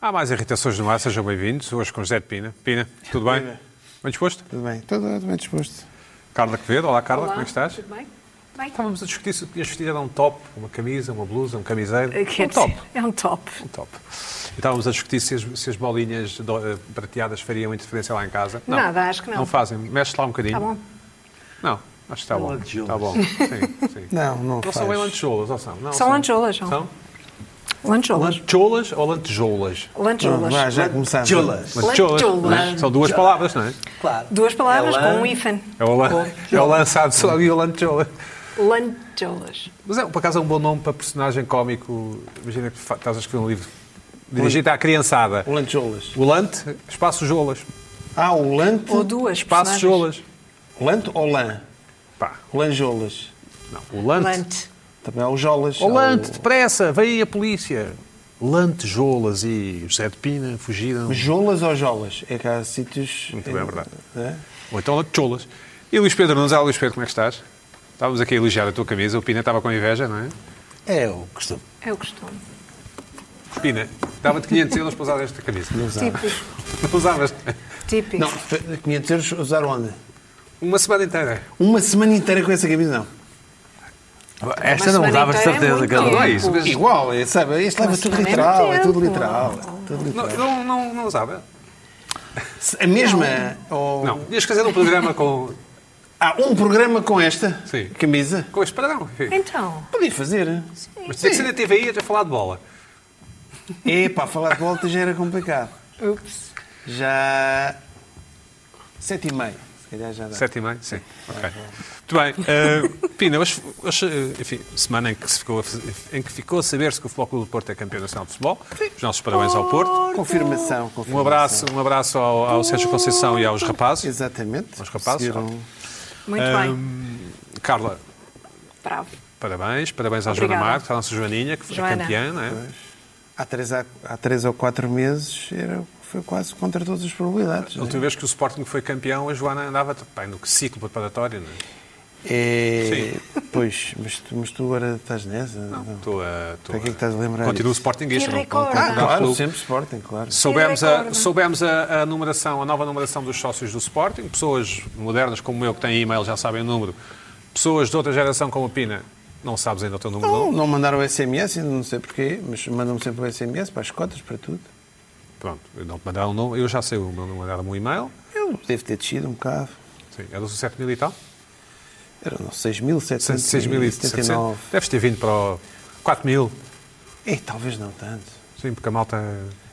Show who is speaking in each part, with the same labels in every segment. Speaker 1: Há mais irritações no ar, sejam bem-vindos. Hoje com José de Pina. Pina, tudo bem?
Speaker 2: Pina.
Speaker 1: Bem disposto?
Speaker 2: Tudo bem, tudo tudo bem disposto.
Speaker 1: Carla Quevedo, olá Carla, como é que estás?
Speaker 3: Tudo bem? Bem.
Speaker 1: Estávamos a discutir se podias vestir era um top, uma camisa, uma blusa, um camiseiro.
Speaker 3: Quer
Speaker 1: um top.
Speaker 3: dizer, É um top.
Speaker 1: Um top. E estávamos a discutir se as, se as bolinhas do- eh, prateadas fariam interferência lá em casa.
Speaker 3: Nada, acho que não.
Speaker 1: Não fazem. Mexe lá um bocadinho.
Speaker 3: Está Tá bom.
Speaker 1: Não, acho que está bom.
Speaker 4: lantejoulas.
Speaker 1: Está bom. Sim, sim.
Speaker 2: Não, não,
Speaker 1: Não
Speaker 2: faz.
Speaker 1: são bem lantejoulas, ou são? Não,
Speaker 3: São lantejoulas, são.
Speaker 1: São?
Speaker 3: Lancholas.
Speaker 1: Lantejoulas ou lantejoulas?
Speaker 2: Pronto, vai,
Speaker 3: Lancholas.
Speaker 2: já começamos.
Speaker 4: Jolas.
Speaker 1: Lantejoulas.
Speaker 3: Lantejoulas.
Speaker 1: não é? São duas palavras, não é?
Speaker 4: Claro.
Speaker 3: Duas palavras
Speaker 4: É lan-
Speaker 3: com um hífen.
Speaker 1: É o, lan- é o lançado só e o lantejoulas.
Speaker 3: Lancholas.
Speaker 1: Mas é, por acaso é um bom nome para personagem cómico. Imagina que fa- estás a escrever um livro dirigido à criançada.
Speaker 2: O lantejoulas.
Speaker 1: O lante, espaço jolas.
Speaker 2: Ah, o lante,
Speaker 3: Ou duas
Speaker 1: Hum, Espaço jolas.
Speaker 3: personagens.
Speaker 2: lante ou lã?
Speaker 1: Pá,
Speaker 2: Lanjolas.
Speaker 1: não. O lante.
Speaker 3: Lante.
Speaker 2: Também há o jolas.
Speaker 1: O
Speaker 2: há o-
Speaker 1: lante, depressa, vem a polícia. Lante, jolas e José de Pina fugiram.
Speaker 2: Jolas ou jolas? É que há sítios...
Speaker 1: Muito bem, é verdade.
Speaker 2: É?
Speaker 1: Ou então lante, jolas. E Luís Pedro Nunes, ah, Luís Pedro, como é que estás? Estávamos aqui a elogiar a tua camisa. O Pina estava com inveja, não é?
Speaker 4: É o costume.
Speaker 3: É o costume.
Speaker 1: Pina, dava-te 500 euros para usar esta camisa.
Speaker 3: Típico.
Speaker 1: Não usavas.
Speaker 3: Típico.
Speaker 2: Não, foi- 500 euros usar onde?
Speaker 1: Uma semana inteira.
Speaker 2: Uma semana inteira com essa camisa, não.
Speaker 4: Esta
Speaker 3: semana
Speaker 4: não usava de
Speaker 3: inteira é
Speaker 4: certeza,
Speaker 3: muito
Speaker 4: Carla.
Speaker 1: Não é isso, mas
Speaker 2: Igual, é, sabe? Este leva tudo
Speaker 3: semana é
Speaker 2: literal, é
Speaker 3: muito
Speaker 2: tudo
Speaker 3: tempo.
Speaker 2: literal. é tudo
Speaker 1: não,
Speaker 2: literal.
Speaker 1: não, não, não usava.
Speaker 2: Se A mesma... Ou...
Speaker 1: Não, ias fazer um programa com,
Speaker 2: Há um programa com esta
Speaker 1: Sim.
Speaker 2: camisa?
Speaker 1: com este padrão. enfim.
Speaker 3: Então,
Speaker 2: Podia fazer.
Speaker 1: Mas tinha que ser na TVI a falar de bola.
Speaker 2: É, pá, falar de volta já era complicado.
Speaker 3: ups.
Speaker 2: Já. Sete e meio. Se calhar já dá.
Speaker 1: Sete e meio? Sim. Ok. Muito bem. eh, Pina, hoje, hoje, eh, enfim, semana em que, se ficou a, f- em que ficou a saber se que o Futebol Clube do Porto é campeão nacional de futebol. Os nossos parabéns ao Porto.
Speaker 2: Confirmação, confirmação.
Speaker 1: Um abraço, um abraço ao, ao Sérgio Conceição e aos rapazes.
Speaker 2: Exatamente.
Speaker 1: Aos rapazes,
Speaker 2: Seguiram-
Speaker 3: Muito bem.
Speaker 1: Hum, Eh, Carla,
Speaker 3: Bravo.
Speaker 1: parabéns. Parabéns à
Speaker 3: Obrigada.
Speaker 1: Joana Marques, à nossa Joaninha, que foi
Speaker 3: Joana.
Speaker 1: campeã, não é?
Speaker 2: Há três, há, há três ou quatro meses era, foi quase contra todas as probabilidades.
Speaker 1: A
Speaker 2: não é?
Speaker 1: última vez que o Sporting foi campeão, a Joana andava bem, no ciclo preparatório, não é?
Speaker 2: É, pois, mas tu, mas tu agora estás nessa? Não.
Speaker 1: Estou a. estou
Speaker 2: Para que é que estás a lembrar
Speaker 1: Continuo
Speaker 2: isso?
Speaker 1: sportinguista.
Speaker 3: Que
Speaker 1: não- não-
Speaker 3: recorde.
Speaker 1: não-
Speaker 2: Ah,
Speaker 1: não-
Speaker 2: claro,
Speaker 1: não-
Speaker 2: sempre Sporting, claro.
Speaker 1: Soubemos,
Speaker 3: Que
Speaker 1: a,
Speaker 3: recorde.
Speaker 1: soubemos a, a numeração, a nova numeração dos sócios do Sporting. Pessoas modernas como eu, que têm e-mail, já sabem o número. Pessoas de outra geração como a Pina, não sabes ainda o teu número,
Speaker 2: Não,
Speaker 1: não?
Speaker 2: não mandaram o SMS, ainda não sei porquê, mas mandam-me sempre o SMS para as cotas, para tudo.
Speaker 1: Pronto, não te mandaram o número. Eu já sei o meu número, mandaram-me um e-mail.
Speaker 2: Eu devo ter descido um bocado.
Speaker 1: Sim, era dos 7 mil e tal?
Speaker 2: Eram
Speaker 1: Se- 6 mil e
Speaker 2: 6.779.
Speaker 1: 700. Deves ter vindo para o 4 mil.
Speaker 2: É, talvez não tanto.
Speaker 1: Sim, porque a malta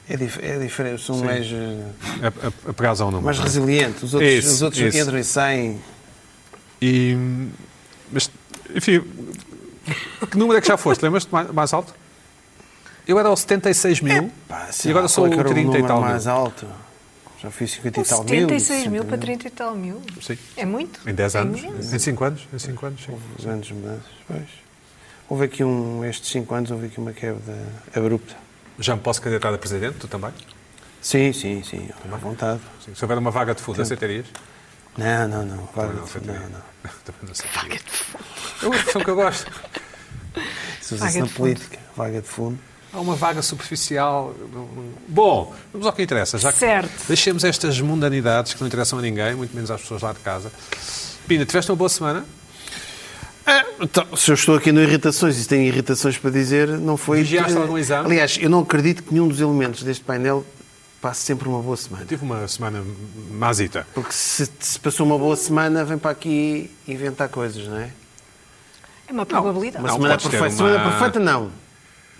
Speaker 2: É, dif é diferente, eu sou mais, eh,
Speaker 1: é, é, é pegada ao número.
Speaker 2: mais
Speaker 1: não é?
Speaker 2: resiliente. Os outros,
Speaker 1: Isso,
Speaker 2: os outros
Speaker 1: isso.
Speaker 2: entram e saem.
Speaker 1: E, mas, enfim, que número é que já foste? Lembras-te mais, mais alto? Eu era o 76 mil
Speaker 2: Pá,
Speaker 1: e
Speaker 2: sei
Speaker 1: agora
Speaker 2: lá,
Speaker 1: sou
Speaker 2: qual é que
Speaker 1: o
Speaker 2: era
Speaker 1: 30 e
Speaker 2: número
Speaker 1: tal.
Speaker 2: mais
Speaker 1: mil.
Speaker 2: alto. Já fiz 50 e tal mil.
Speaker 3: 76 mil para 30 e tal mil.
Speaker 1: Sim.
Speaker 3: É muito?
Speaker 1: Em 10
Speaker 3: É
Speaker 1: anos?
Speaker 3: mesmo?
Speaker 1: Em 5 anos? Em 5 anos, sim.
Speaker 2: Os anos de mudanças, pois. Houve aqui um, estes 5 anos, houve aqui uma quebra abrupta.
Speaker 1: Já me posso candidatar a presidente, tu também?
Speaker 2: Sim, sim, sim, à vontade.
Speaker 1: Sim. Se houver uma vaga de fundo, aceitarias?
Speaker 2: Não, não, não, claro,
Speaker 1: Também aceitaria.
Speaker 2: não, não, não.
Speaker 1: Também não aceitaria. É uma expressão que eu gosto.
Speaker 2: Se
Speaker 3: Vaga
Speaker 2: usa-se na
Speaker 3: de fundo.
Speaker 2: política, vaga de fundo.
Speaker 1: Há uma vaga superficial. não- não- Bom, vamos ao que interessa. Já que
Speaker 3: Certo.
Speaker 1: Deixemos estas mundanidades que não interessam a ninguém, muito menos às pessoas lá de casa. Pina, tiveste uma boa semana?
Speaker 2: Ah, então, se eu estou aqui no Irritações e tenho irritações para dizer, não foi. eh,
Speaker 1: Vigiaste algum exame?
Speaker 2: Aliás, eu não acredito que nenhum dos elementos deste painel passe sempre uma boa semana.
Speaker 1: Tive uma semana mazita.
Speaker 2: Porque se, se passou uma boa semana, vem para aqui inventar coisas, não é?
Speaker 3: É uma
Speaker 2: Uma
Speaker 3: probabilidade.
Speaker 1: Não,
Speaker 2: semana
Speaker 1: podes ter
Speaker 2: perfeita.
Speaker 1: uma-
Speaker 2: Semana perfeita, não.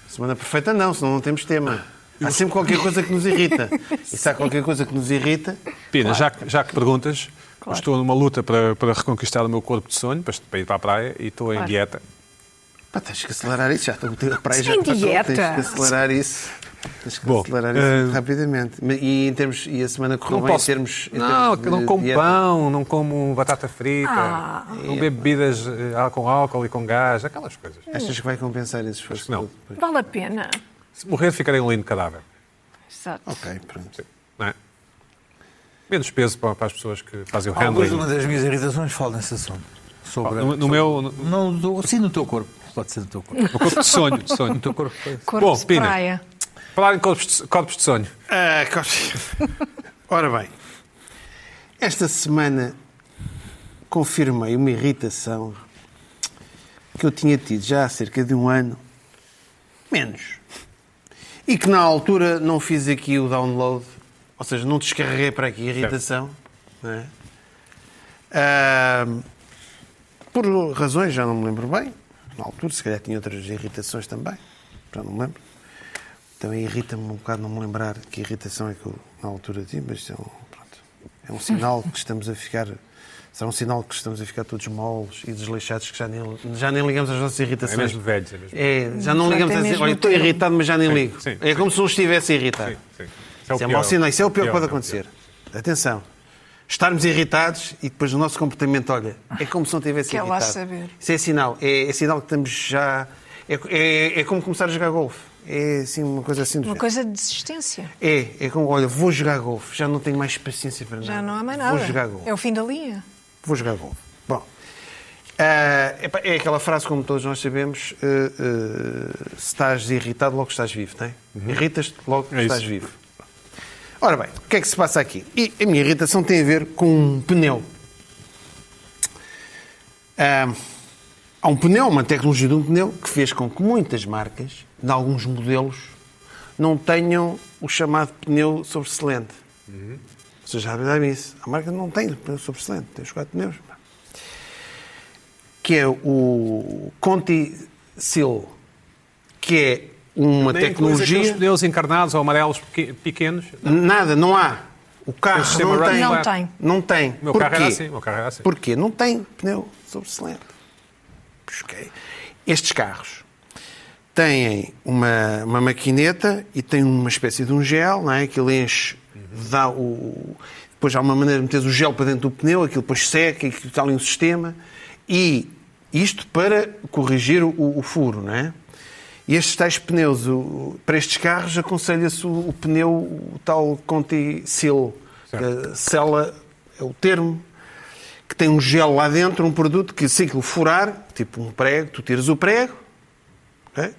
Speaker 2: Semana perfeita, não, senão não temos tema. Há sempre qualquer coisa que nos irrita. E se há qualquer coisa que nos irrita,
Speaker 1: Pina, já que- já, que perguntas, eu estou numa luta para, para reconquistar o meu corpo de sonho, para, para ir para a praia, e estou em
Speaker 3: Claro.
Speaker 1: dieta.
Speaker 2: pá, tens que acelerar isso. Já estou a praia já
Speaker 3: Sem
Speaker 2: passou,
Speaker 3: dieta.
Speaker 2: Tens que acelerar isso. Tens que
Speaker 1: Bom,
Speaker 2: acelerar isso
Speaker 1: eh,
Speaker 2: rapidamente. E, em termos, e a semana correu bem é em termos. Em
Speaker 1: não,
Speaker 2: termos
Speaker 1: que não
Speaker 2: de
Speaker 1: como
Speaker 2: dieta.
Speaker 1: pão, não como batata frita,
Speaker 3: Ah.
Speaker 1: não bebo bebidas eh, á- com álcool e com gás, aquelas coisas.
Speaker 2: Achas que vai compensar esse esforço?
Speaker 1: Não.
Speaker 2: todo depois?
Speaker 3: Vale a pena.
Speaker 1: Se morrer, ficarei um lindo cadáver.
Speaker 3: Exato.
Speaker 2: Ok, pronto.
Speaker 1: não é? Menos peso para, para as pessoas que fazem o
Speaker 4: Algumas
Speaker 1: handling.
Speaker 4: de uma das minhas irritações falo nesse assunto. Sobre,
Speaker 1: No, no meu no,
Speaker 4: Não, do- sim, no teu corpo. Pode ser no teu corpo.
Speaker 1: no corpo de sonho. De sonho.
Speaker 4: No teu corpo. pode ser.
Speaker 3: Corpo
Speaker 1: Bom,
Speaker 3: de
Speaker 1: Pina.
Speaker 3: praia.
Speaker 1: Falar em corpos de, corpos de sonho.
Speaker 2: Ah, cos- Ora bem, esta semana confirmei uma irritação que eu tinha tido já há cerca de um ano, menos, e que na altura não fiz aqui o download, ou seja, não descarreguei para aqui a irritação, não é? Ah, por razões, já não me lembro bem, na altura, se calhar tinha outras irritações também, já não me lembro. Também irrita-me um bocado não me lembrar que irritação é que eu na altura tive, mas é um, pronto, é um sinal que estamos a ficar. Será um sinal que estamos a ficar todos moles e desleixados que já nem, já nem ligamos às nossas irritações.
Speaker 1: É mesmo velhos, é mesmo.
Speaker 2: É, já não ligamos a
Speaker 3: Exato, é
Speaker 2: dizer,
Speaker 3: mesmo
Speaker 2: olha, estou
Speaker 3: termo.
Speaker 2: irritado, mas já nem ligo.
Speaker 1: sim,
Speaker 2: é
Speaker 1: sim.
Speaker 2: como se não estivesse irritado.
Speaker 1: sim. Isso
Speaker 2: Isso é,
Speaker 1: o
Speaker 2: mau
Speaker 1: pior.
Speaker 2: sinal, isso é o pior que pode
Speaker 1: é o
Speaker 2: acontecer. Atenção. Estarmos irritados e depois o nosso comportamento, olha, é como se não tivesse
Speaker 3: Quer lá
Speaker 2: irritado.
Speaker 3: saber.
Speaker 2: Isso é sinal. É, é sinal que estamos já. É, é- é como começar a jogar golfe. É assim, uma coisa assim do
Speaker 3: Uma
Speaker 2: género.
Speaker 3: coisa de desistência.
Speaker 2: É, é como, olha, vou jogar golfe, já não tenho mais paciência para nada.
Speaker 3: Já não há mais nada.
Speaker 2: Vou jogar golfe.
Speaker 3: É o fim da linha.
Speaker 2: Vou jogar golfe. Bom. ah, epá, é aquela frase, como todos nós sabemos, ah, ah, se estás irritado, logo estás vivo, não é? Irritas-te, logo
Speaker 1: Uhum. É
Speaker 2: estás
Speaker 1: isso.
Speaker 2: vivo. Ora bem, o que é que se passa aqui? E a minha irritação tem a ver com um pneu. Ah, há um pneu, uma tecnologia de um pneu, que fez com que muitas marcas, de alguns modelos, não tenham o chamado pneu sobressalente. Vocês já viram isso. A marca não tem pneu sobressalente, tem os quatro pneus. Que é o Conti Seal, que é uma
Speaker 1: Nem incluís aqueles
Speaker 2: tecnologia.
Speaker 1: pneus encarnados ou amarelos peque- pequenos.
Speaker 2: Nada, não há. O carro
Speaker 1: O sistema
Speaker 2: não
Speaker 1: Run
Speaker 2: tem.
Speaker 1: Flat.
Speaker 3: Não tem.
Speaker 2: Não tem.
Speaker 1: O meu
Speaker 2: Porquê?
Speaker 1: carro era assim, o meu carro era assim.
Speaker 2: Porquê? Não tem pneu sobressalente. Busquei. Estes carros têm uma, uma maquineta e têm uma espécie de um gel, não é? Aquilo enche, dá o... Depois há uma maneira de meter o gel para dentro do pneu, aquilo depois seca, e aquilo está ali um sistema. E isto para corrigir o, o furo, não é? E estes tais pneus, o- o- para estes carros, aconselha-se o, o pneu, o tal Conti Seal,
Speaker 1: Certo.
Speaker 2: que a cela é o termo, que tem um gel lá dentro, um produto que se aquilo furar, tipo um prego, tu tiras o prego, ok?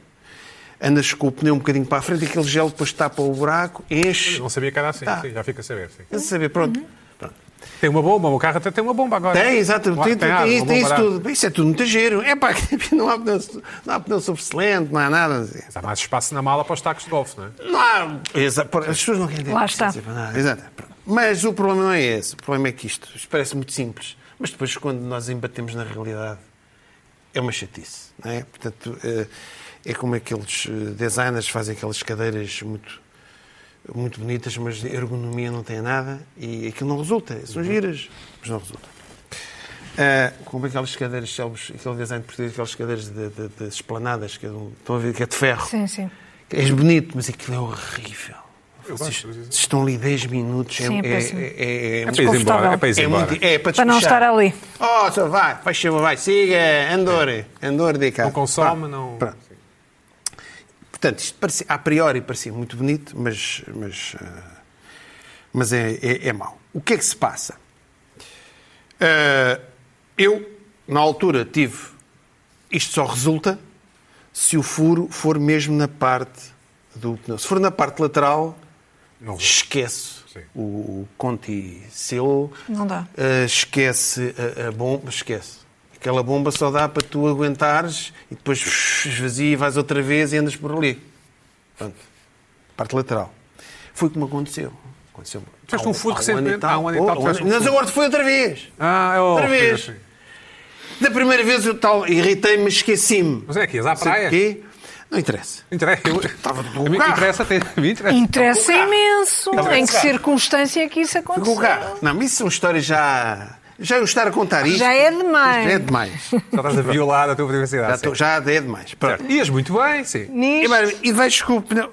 Speaker 2: andas com o pneu um bocadinho para a frente, aquele gel depois tapa o buraco, enche.
Speaker 1: Não sabia que era assim,
Speaker 2: Tá.
Speaker 1: sim, já fica a saber. sim.
Speaker 2: Quer saber, pronto. Pronto.
Speaker 1: Tem uma bomba, o meu carro até tem uma bomba agora.
Speaker 2: Tem, exatamente.
Speaker 1: Uhum. Claro, ah,
Speaker 2: Tem, tem,
Speaker 1: água,
Speaker 2: isso,
Speaker 1: uma
Speaker 2: tem
Speaker 1: bomba
Speaker 2: isso
Speaker 1: de água.
Speaker 2: tudo. Isso é tudo muito giro. É pá, não há pneu, não há pneu sobressalente, não há nada. assim.
Speaker 1: Mas há mais espaço na mala para os tacos de golfe, não é?
Speaker 2: Não há. Exa- por- As pessoas não querem ter
Speaker 3: Lá
Speaker 2: paciência
Speaker 3: está.
Speaker 2: para nada. Exato. Pronto. Mas o problema não é esse. O problema é que isto, isto parece muito simples. Mas depois, quando nós embatemos na realidade, é uma chatice. Não é? Portanto, eh, é como aqueles eh, designers fazem aquelas cadeiras muito, muito bonitas, mas ergonomia não tem nada e aquilo não resulta. São giras, mas não resulta. Ah, como aquelas cadeiras, sabes, aquele design português, aquelas cadeiras de, de, de esplanadas, que, é um- estão a ver que é de ferro.
Speaker 3: Sim, sim.
Speaker 2: És bonito, mas aquilo é horrível. Vocês,
Speaker 1: gosto,
Speaker 2: se estão ali 10 minutos, é,
Speaker 3: Sim, é
Speaker 2: é,
Speaker 3: péssimo.
Speaker 2: é, é,
Speaker 1: É para ir embora. É para ir
Speaker 2: é
Speaker 1: embora.
Speaker 2: muito- é para,
Speaker 3: Para não
Speaker 2: despachar.
Speaker 3: estar ali.
Speaker 2: Oh, só vai, faz favor, vai, siga, Andorra, Andorra de cá.
Speaker 1: Não consome, não.
Speaker 2: é- Pronto. Portanto, isto parecia, a priori parecia muito bonito, mas, mas, ah, mas é, é, é mau. O que é que se passa? Ah, eu, na altura, tive. Isto só resulta se o furo for mesmo na parte do pneu. Se for na parte lateral,
Speaker 1: Não.
Speaker 2: esquece
Speaker 1: Sim.
Speaker 2: o, o Conti Seal.
Speaker 3: Não dá.
Speaker 2: Ah, esquece a, a bomba, esquece. Aquela bomba só dá para tu aguentares e depois esvazia e vais outra vez e andas por ali. Pronto. Parte lateral. Foi como aconteceu. Aconteceu.
Speaker 1: Tiveste
Speaker 2: há
Speaker 1: um furo
Speaker 2: há
Speaker 1: recentemente,
Speaker 2: ano e tal.
Speaker 1: há um ano e tal
Speaker 2: Oh,
Speaker 1: tiveste um
Speaker 2: Mas
Speaker 1: furo.
Speaker 2: agora foi outra vez.
Speaker 1: Ah, é o.
Speaker 2: Outra vez.
Speaker 1: sim, sim.
Speaker 2: Da primeira vez eu tal irritei-me, esqueci-me.
Speaker 1: Mas é que ias à
Speaker 2: Não sei Tá
Speaker 1: praia.
Speaker 2: porquê. Não interessa.
Speaker 1: Interessa. Eu...
Speaker 2: Estava
Speaker 1: A
Speaker 2: do
Speaker 1: mim
Speaker 2: carro.
Speaker 1: interessa, tem... a mim interessa.
Speaker 3: Interessa imenso.
Speaker 2: Estava
Speaker 3: Em
Speaker 2: com o
Speaker 3: que
Speaker 2: carro.
Speaker 3: circunstância é que isso
Speaker 2: Fui com o
Speaker 3: aconteceu?
Speaker 2: carro. Não, mas isso são histórias já. Já eu estar a contar isto.
Speaker 3: Já é demais.
Speaker 2: Já é demais.
Speaker 1: Já estás a violar a tua
Speaker 2: Já,
Speaker 1: privacidade.
Speaker 2: estou-
Speaker 1: sim.
Speaker 2: já é demais. Pronto.
Speaker 1: Tá Certo. Ias muito bem, sim.
Speaker 2: E,
Speaker 3: Nisto.
Speaker 2: mano, e vejo que o pneu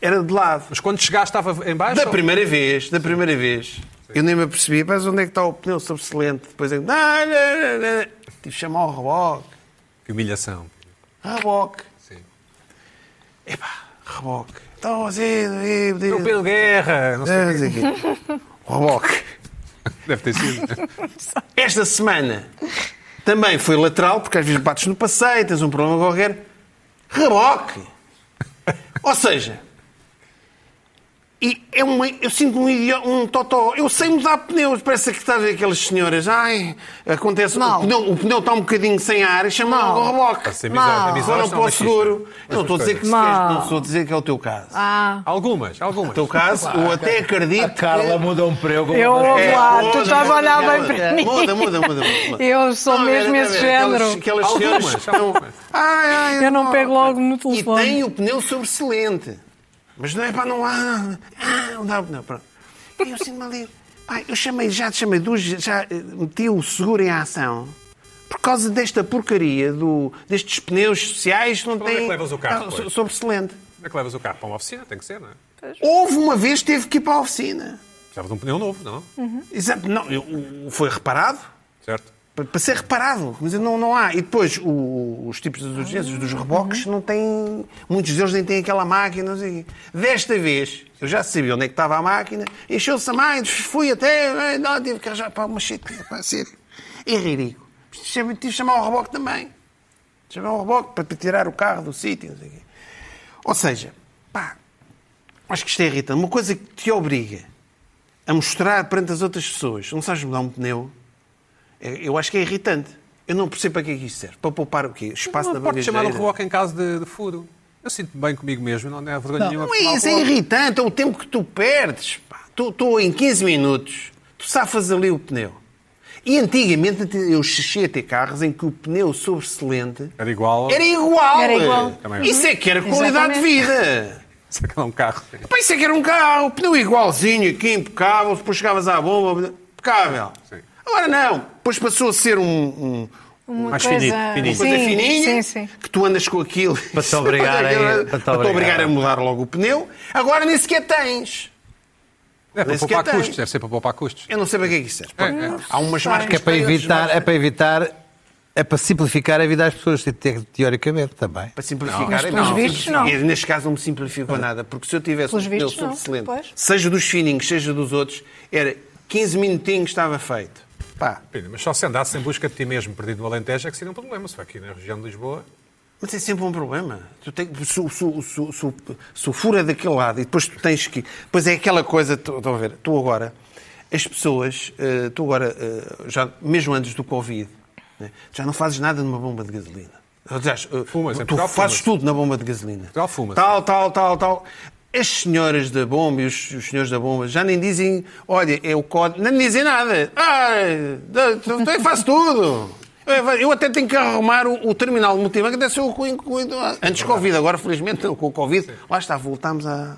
Speaker 2: era de lado.
Speaker 1: Mas quando chegaste estava em baixo?
Speaker 2: Da
Speaker 1: ou-
Speaker 2: primeira vez, da primeira vez, eu nem me apercebi, mas onde é que está o pneu sobressalente? Depois eu, não, não, não, não. Tive que chamar o reboque.
Speaker 1: Que humilhação.
Speaker 2: Reboque.
Speaker 1: Sim.
Speaker 2: Epá, reboque. Então, assim, aí,
Speaker 1: O Pedro Guerra, não sei.
Speaker 2: não sei o quê. Reboque.
Speaker 1: Deve ter sido.
Speaker 2: Esta semana também foi lateral, porque às vezes bates no passeio, tens um problema qualquer. Reboque! Ou seja, E é uma, eu sinto um, idio- um totó. Eu sei mudar pneus. Parece que estás aquelas senhoras. Ai, acontece.
Speaker 3: Mal.
Speaker 2: O pneu, o pneu está um bocadinho sem ar. Chama
Speaker 3: Mal.
Speaker 2: logo o reboque.
Speaker 1: Pode ser
Speaker 3: Mal.
Speaker 1: amizade. amizades
Speaker 2: Foram
Speaker 1: são
Speaker 2: para o
Speaker 1: machistas.
Speaker 2: seguro.
Speaker 4: é
Speaker 1: Essas
Speaker 2: Não estou a dizer que
Speaker 1: coisas.
Speaker 2: se
Speaker 3: Mal.
Speaker 2: queres, não estou a dizer que é o teu caso.
Speaker 3: Ah,
Speaker 1: Algumas, algumas.
Speaker 2: O teu caso, eu até acredito.
Speaker 4: A Carla muda um prego.
Speaker 3: Eu ouvo
Speaker 2: É,
Speaker 3: lá,
Speaker 2: muda,
Speaker 3: tu estás a
Speaker 2: muda,
Speaker 3: olhar
Speaker 2: muda,
Speaker 3: bem para mim.
Speaker 2: Muda, muda, muda. muda.
Speaker 3: Eu sou
Speaker 2: Não,
Speaker 3: mesmo
Speaker 2: era-
Speaker 3: esse
Speaker 2: era-
Speaker 3: género.
Speaker 2: Aquelas, aquelas
Speaker 1: Algumas,
Speaker 2: senhoras que estão...
Speaker 1: algumas.
Speaker 2: Ai, ai,
Speaker 3: Eu não pego logo no
Speaker 2: E
Speaker 3: telefone.
Speaker 2: tem o pneu sobressalente. Mas não é para não... Ah, ah, não dá o pneu, pronto. E eu sinto-me ali... Pai, eu chamei, já te chamei duas... Já eh, meti o seguro em ação. Por causa desta porcaria, do, destes pneus sociais que não
Speaker 1: Para onde é
Speaker 2: têm...
Speaker 1: que levas o carro,
Speaker 2: Ah,
Speaker 1: pois?
Speaker 2: so- sobressalente.
Speaker 1: Como é que levas o carro para uma oficina? Tem que ser, não é?
Speaker 2: Houve uma vez que teve que ir para a oficina.
Speaker 1: Precisava de um pneu novo, não?
Speaker 2: Exato. Não, eu- o- o- foi reparado.
Speaker 1: Certo?
Speaker 2: Pa- para ser reparado, mas não, não há. E depois o- os tipos das urgências, dos reboques, não têm. Muitos deles nem têm aquela máquina. não sei o quê. Desta vez, eu já sabia onde é que estava a máquina, encheu-se a mãe, fui até. eh, Não, tive que arranjar para uma chetia, para ser. É ridículo. Tive tive que chamar o reboque também. Chamar o um reboque para para tirar o carro do sítio, não sei o quê. Ou seja, pá, acho que isto é irritante. Uma coisa que te obriga a mostrar perante as outras pessoas, não sabes mudar um pneu, é- eu acho que é irritante. Eu não percebo para que é que isso serve. Para poupar o quê? O espaço da
Speaker 1: não pode chamar o
Speaker 2: bagageira?
Speaker 1: reboque em caso de, de furo. Eu sinto bem comigo mesmo, não é vergonha nenhuma.
Speaker 2: Não é isso, é irritante. É o tempo que tu perdes. pá. Tu, tu em 15 minutos, tu safas ali o pneu. E antigamente eu cheguei a ter carros em que o pneu sobressalente
Speaker 1: Era igual.
Speaker 2: é- era igual.
Speaker 3: Era igual.
Speaker 1: Também.
Speaker 2: Isso é que era qualidade de vida.
Speaker 1: Sacar um carro.
Speaker 2: Pá, isso é que era um carro, pneu igualzinho aqui, impecável, depois chegavas à bomba, impecável.
Speaker 1: Sim.
Speaker 2: Agora não, depois passou a ser um, um-
Speaker 3: uma
Speaker 1: Mais
Speaker 3: coisa...
Speaker 1: finito,
Speaker 2: uma
Speaker 1: finito.
Speaker 3: Sim,
Speaker 2: coisa fininha,
Speaker 3: Sim, sim.
Speaker 2: que tu andas com aquilo.
Speaker 4: Para te obrigar
Speaker 2: Para
Speaker 4: a-
Speaker 2: te
Speaker 4: para te
Speaker 2: obrigar
Speaker 4: obrigar.
Speaker 2: a mudar logo o pneu. Agora nem sequer tens.
Speaker 1: É para
Speaker 2: Nem sequer
Speaker 1: poupar
Speaker 2: tem.
Speaker 1: custos, deve ser para poupar custos.
Speaker 2: Eu não sei para que é que isso serve.
Speaker 1: É, é.
Speaker 2: Há umas marcas...
Speaker 4: Que é para
Speaker 2: têm outras
Speaker 4: evitar,
Speaker 2: marcas-
Speaker 4: é para evitar, é para simplificar a vida das pessoas, te- te- teoricamente também.
Speaker 2: Para simplificar,
Speaker 3: Mas
Speaker 2: é
Speaker 3: pelos
Speaker 2: não.
Speaker 3: vistos, não. Ah.
Speaker 2: E neste caso não me simplificou nada, porque se eu tivesse
Speaker 3: Pelos
Speaker 2: um pneu
Speaker 3: vistos, não. Pois.
Speaker 2: sobressalente, seja dos fininhos, seja dos outros, era 15 minutinhos estava feito. Pá,
Speaker 1: Pena, Mas só se andasse em busca de ti mesmo, perdido no Alentejo, é que seria um problema. Se for aqui na região de Lisboa,
Speaker 2: Mas é sempre um problema. Tu tens, se, o- se, o- se, o- se, o- se o furo é daquele lado e depois tu tens que. Depois é aquela coisa, tu- estão a ver, tu agora, as pessoas, eh, tu agora, eh, já, mesmo antes do Covid, né, já não fazes nada numa bomba de gasolina. Aliás, eh,
Speaker 1: Fumas, em
Speaker 2: tu
Speaker 1: Portugal
Speaker 2: fazes
Speaker 1: fumas.
Speaker 2: tudo na bomba de gasolina.
Speaker 1: Portugal fuma-se.
Speaker 2: Tal, tal, tal, tal. As senhoras da bomba e os, os senhores da bomba já nem dizem, olha, é o código. Nem dizem nada. Ah, eu eu faço tudo. Eu- Eu até tenho que arrumar o, o terminal de multibanco, até sou eu com, com, antes do Covid, agora felizmente não, com o Covid, lá está, voltámos a,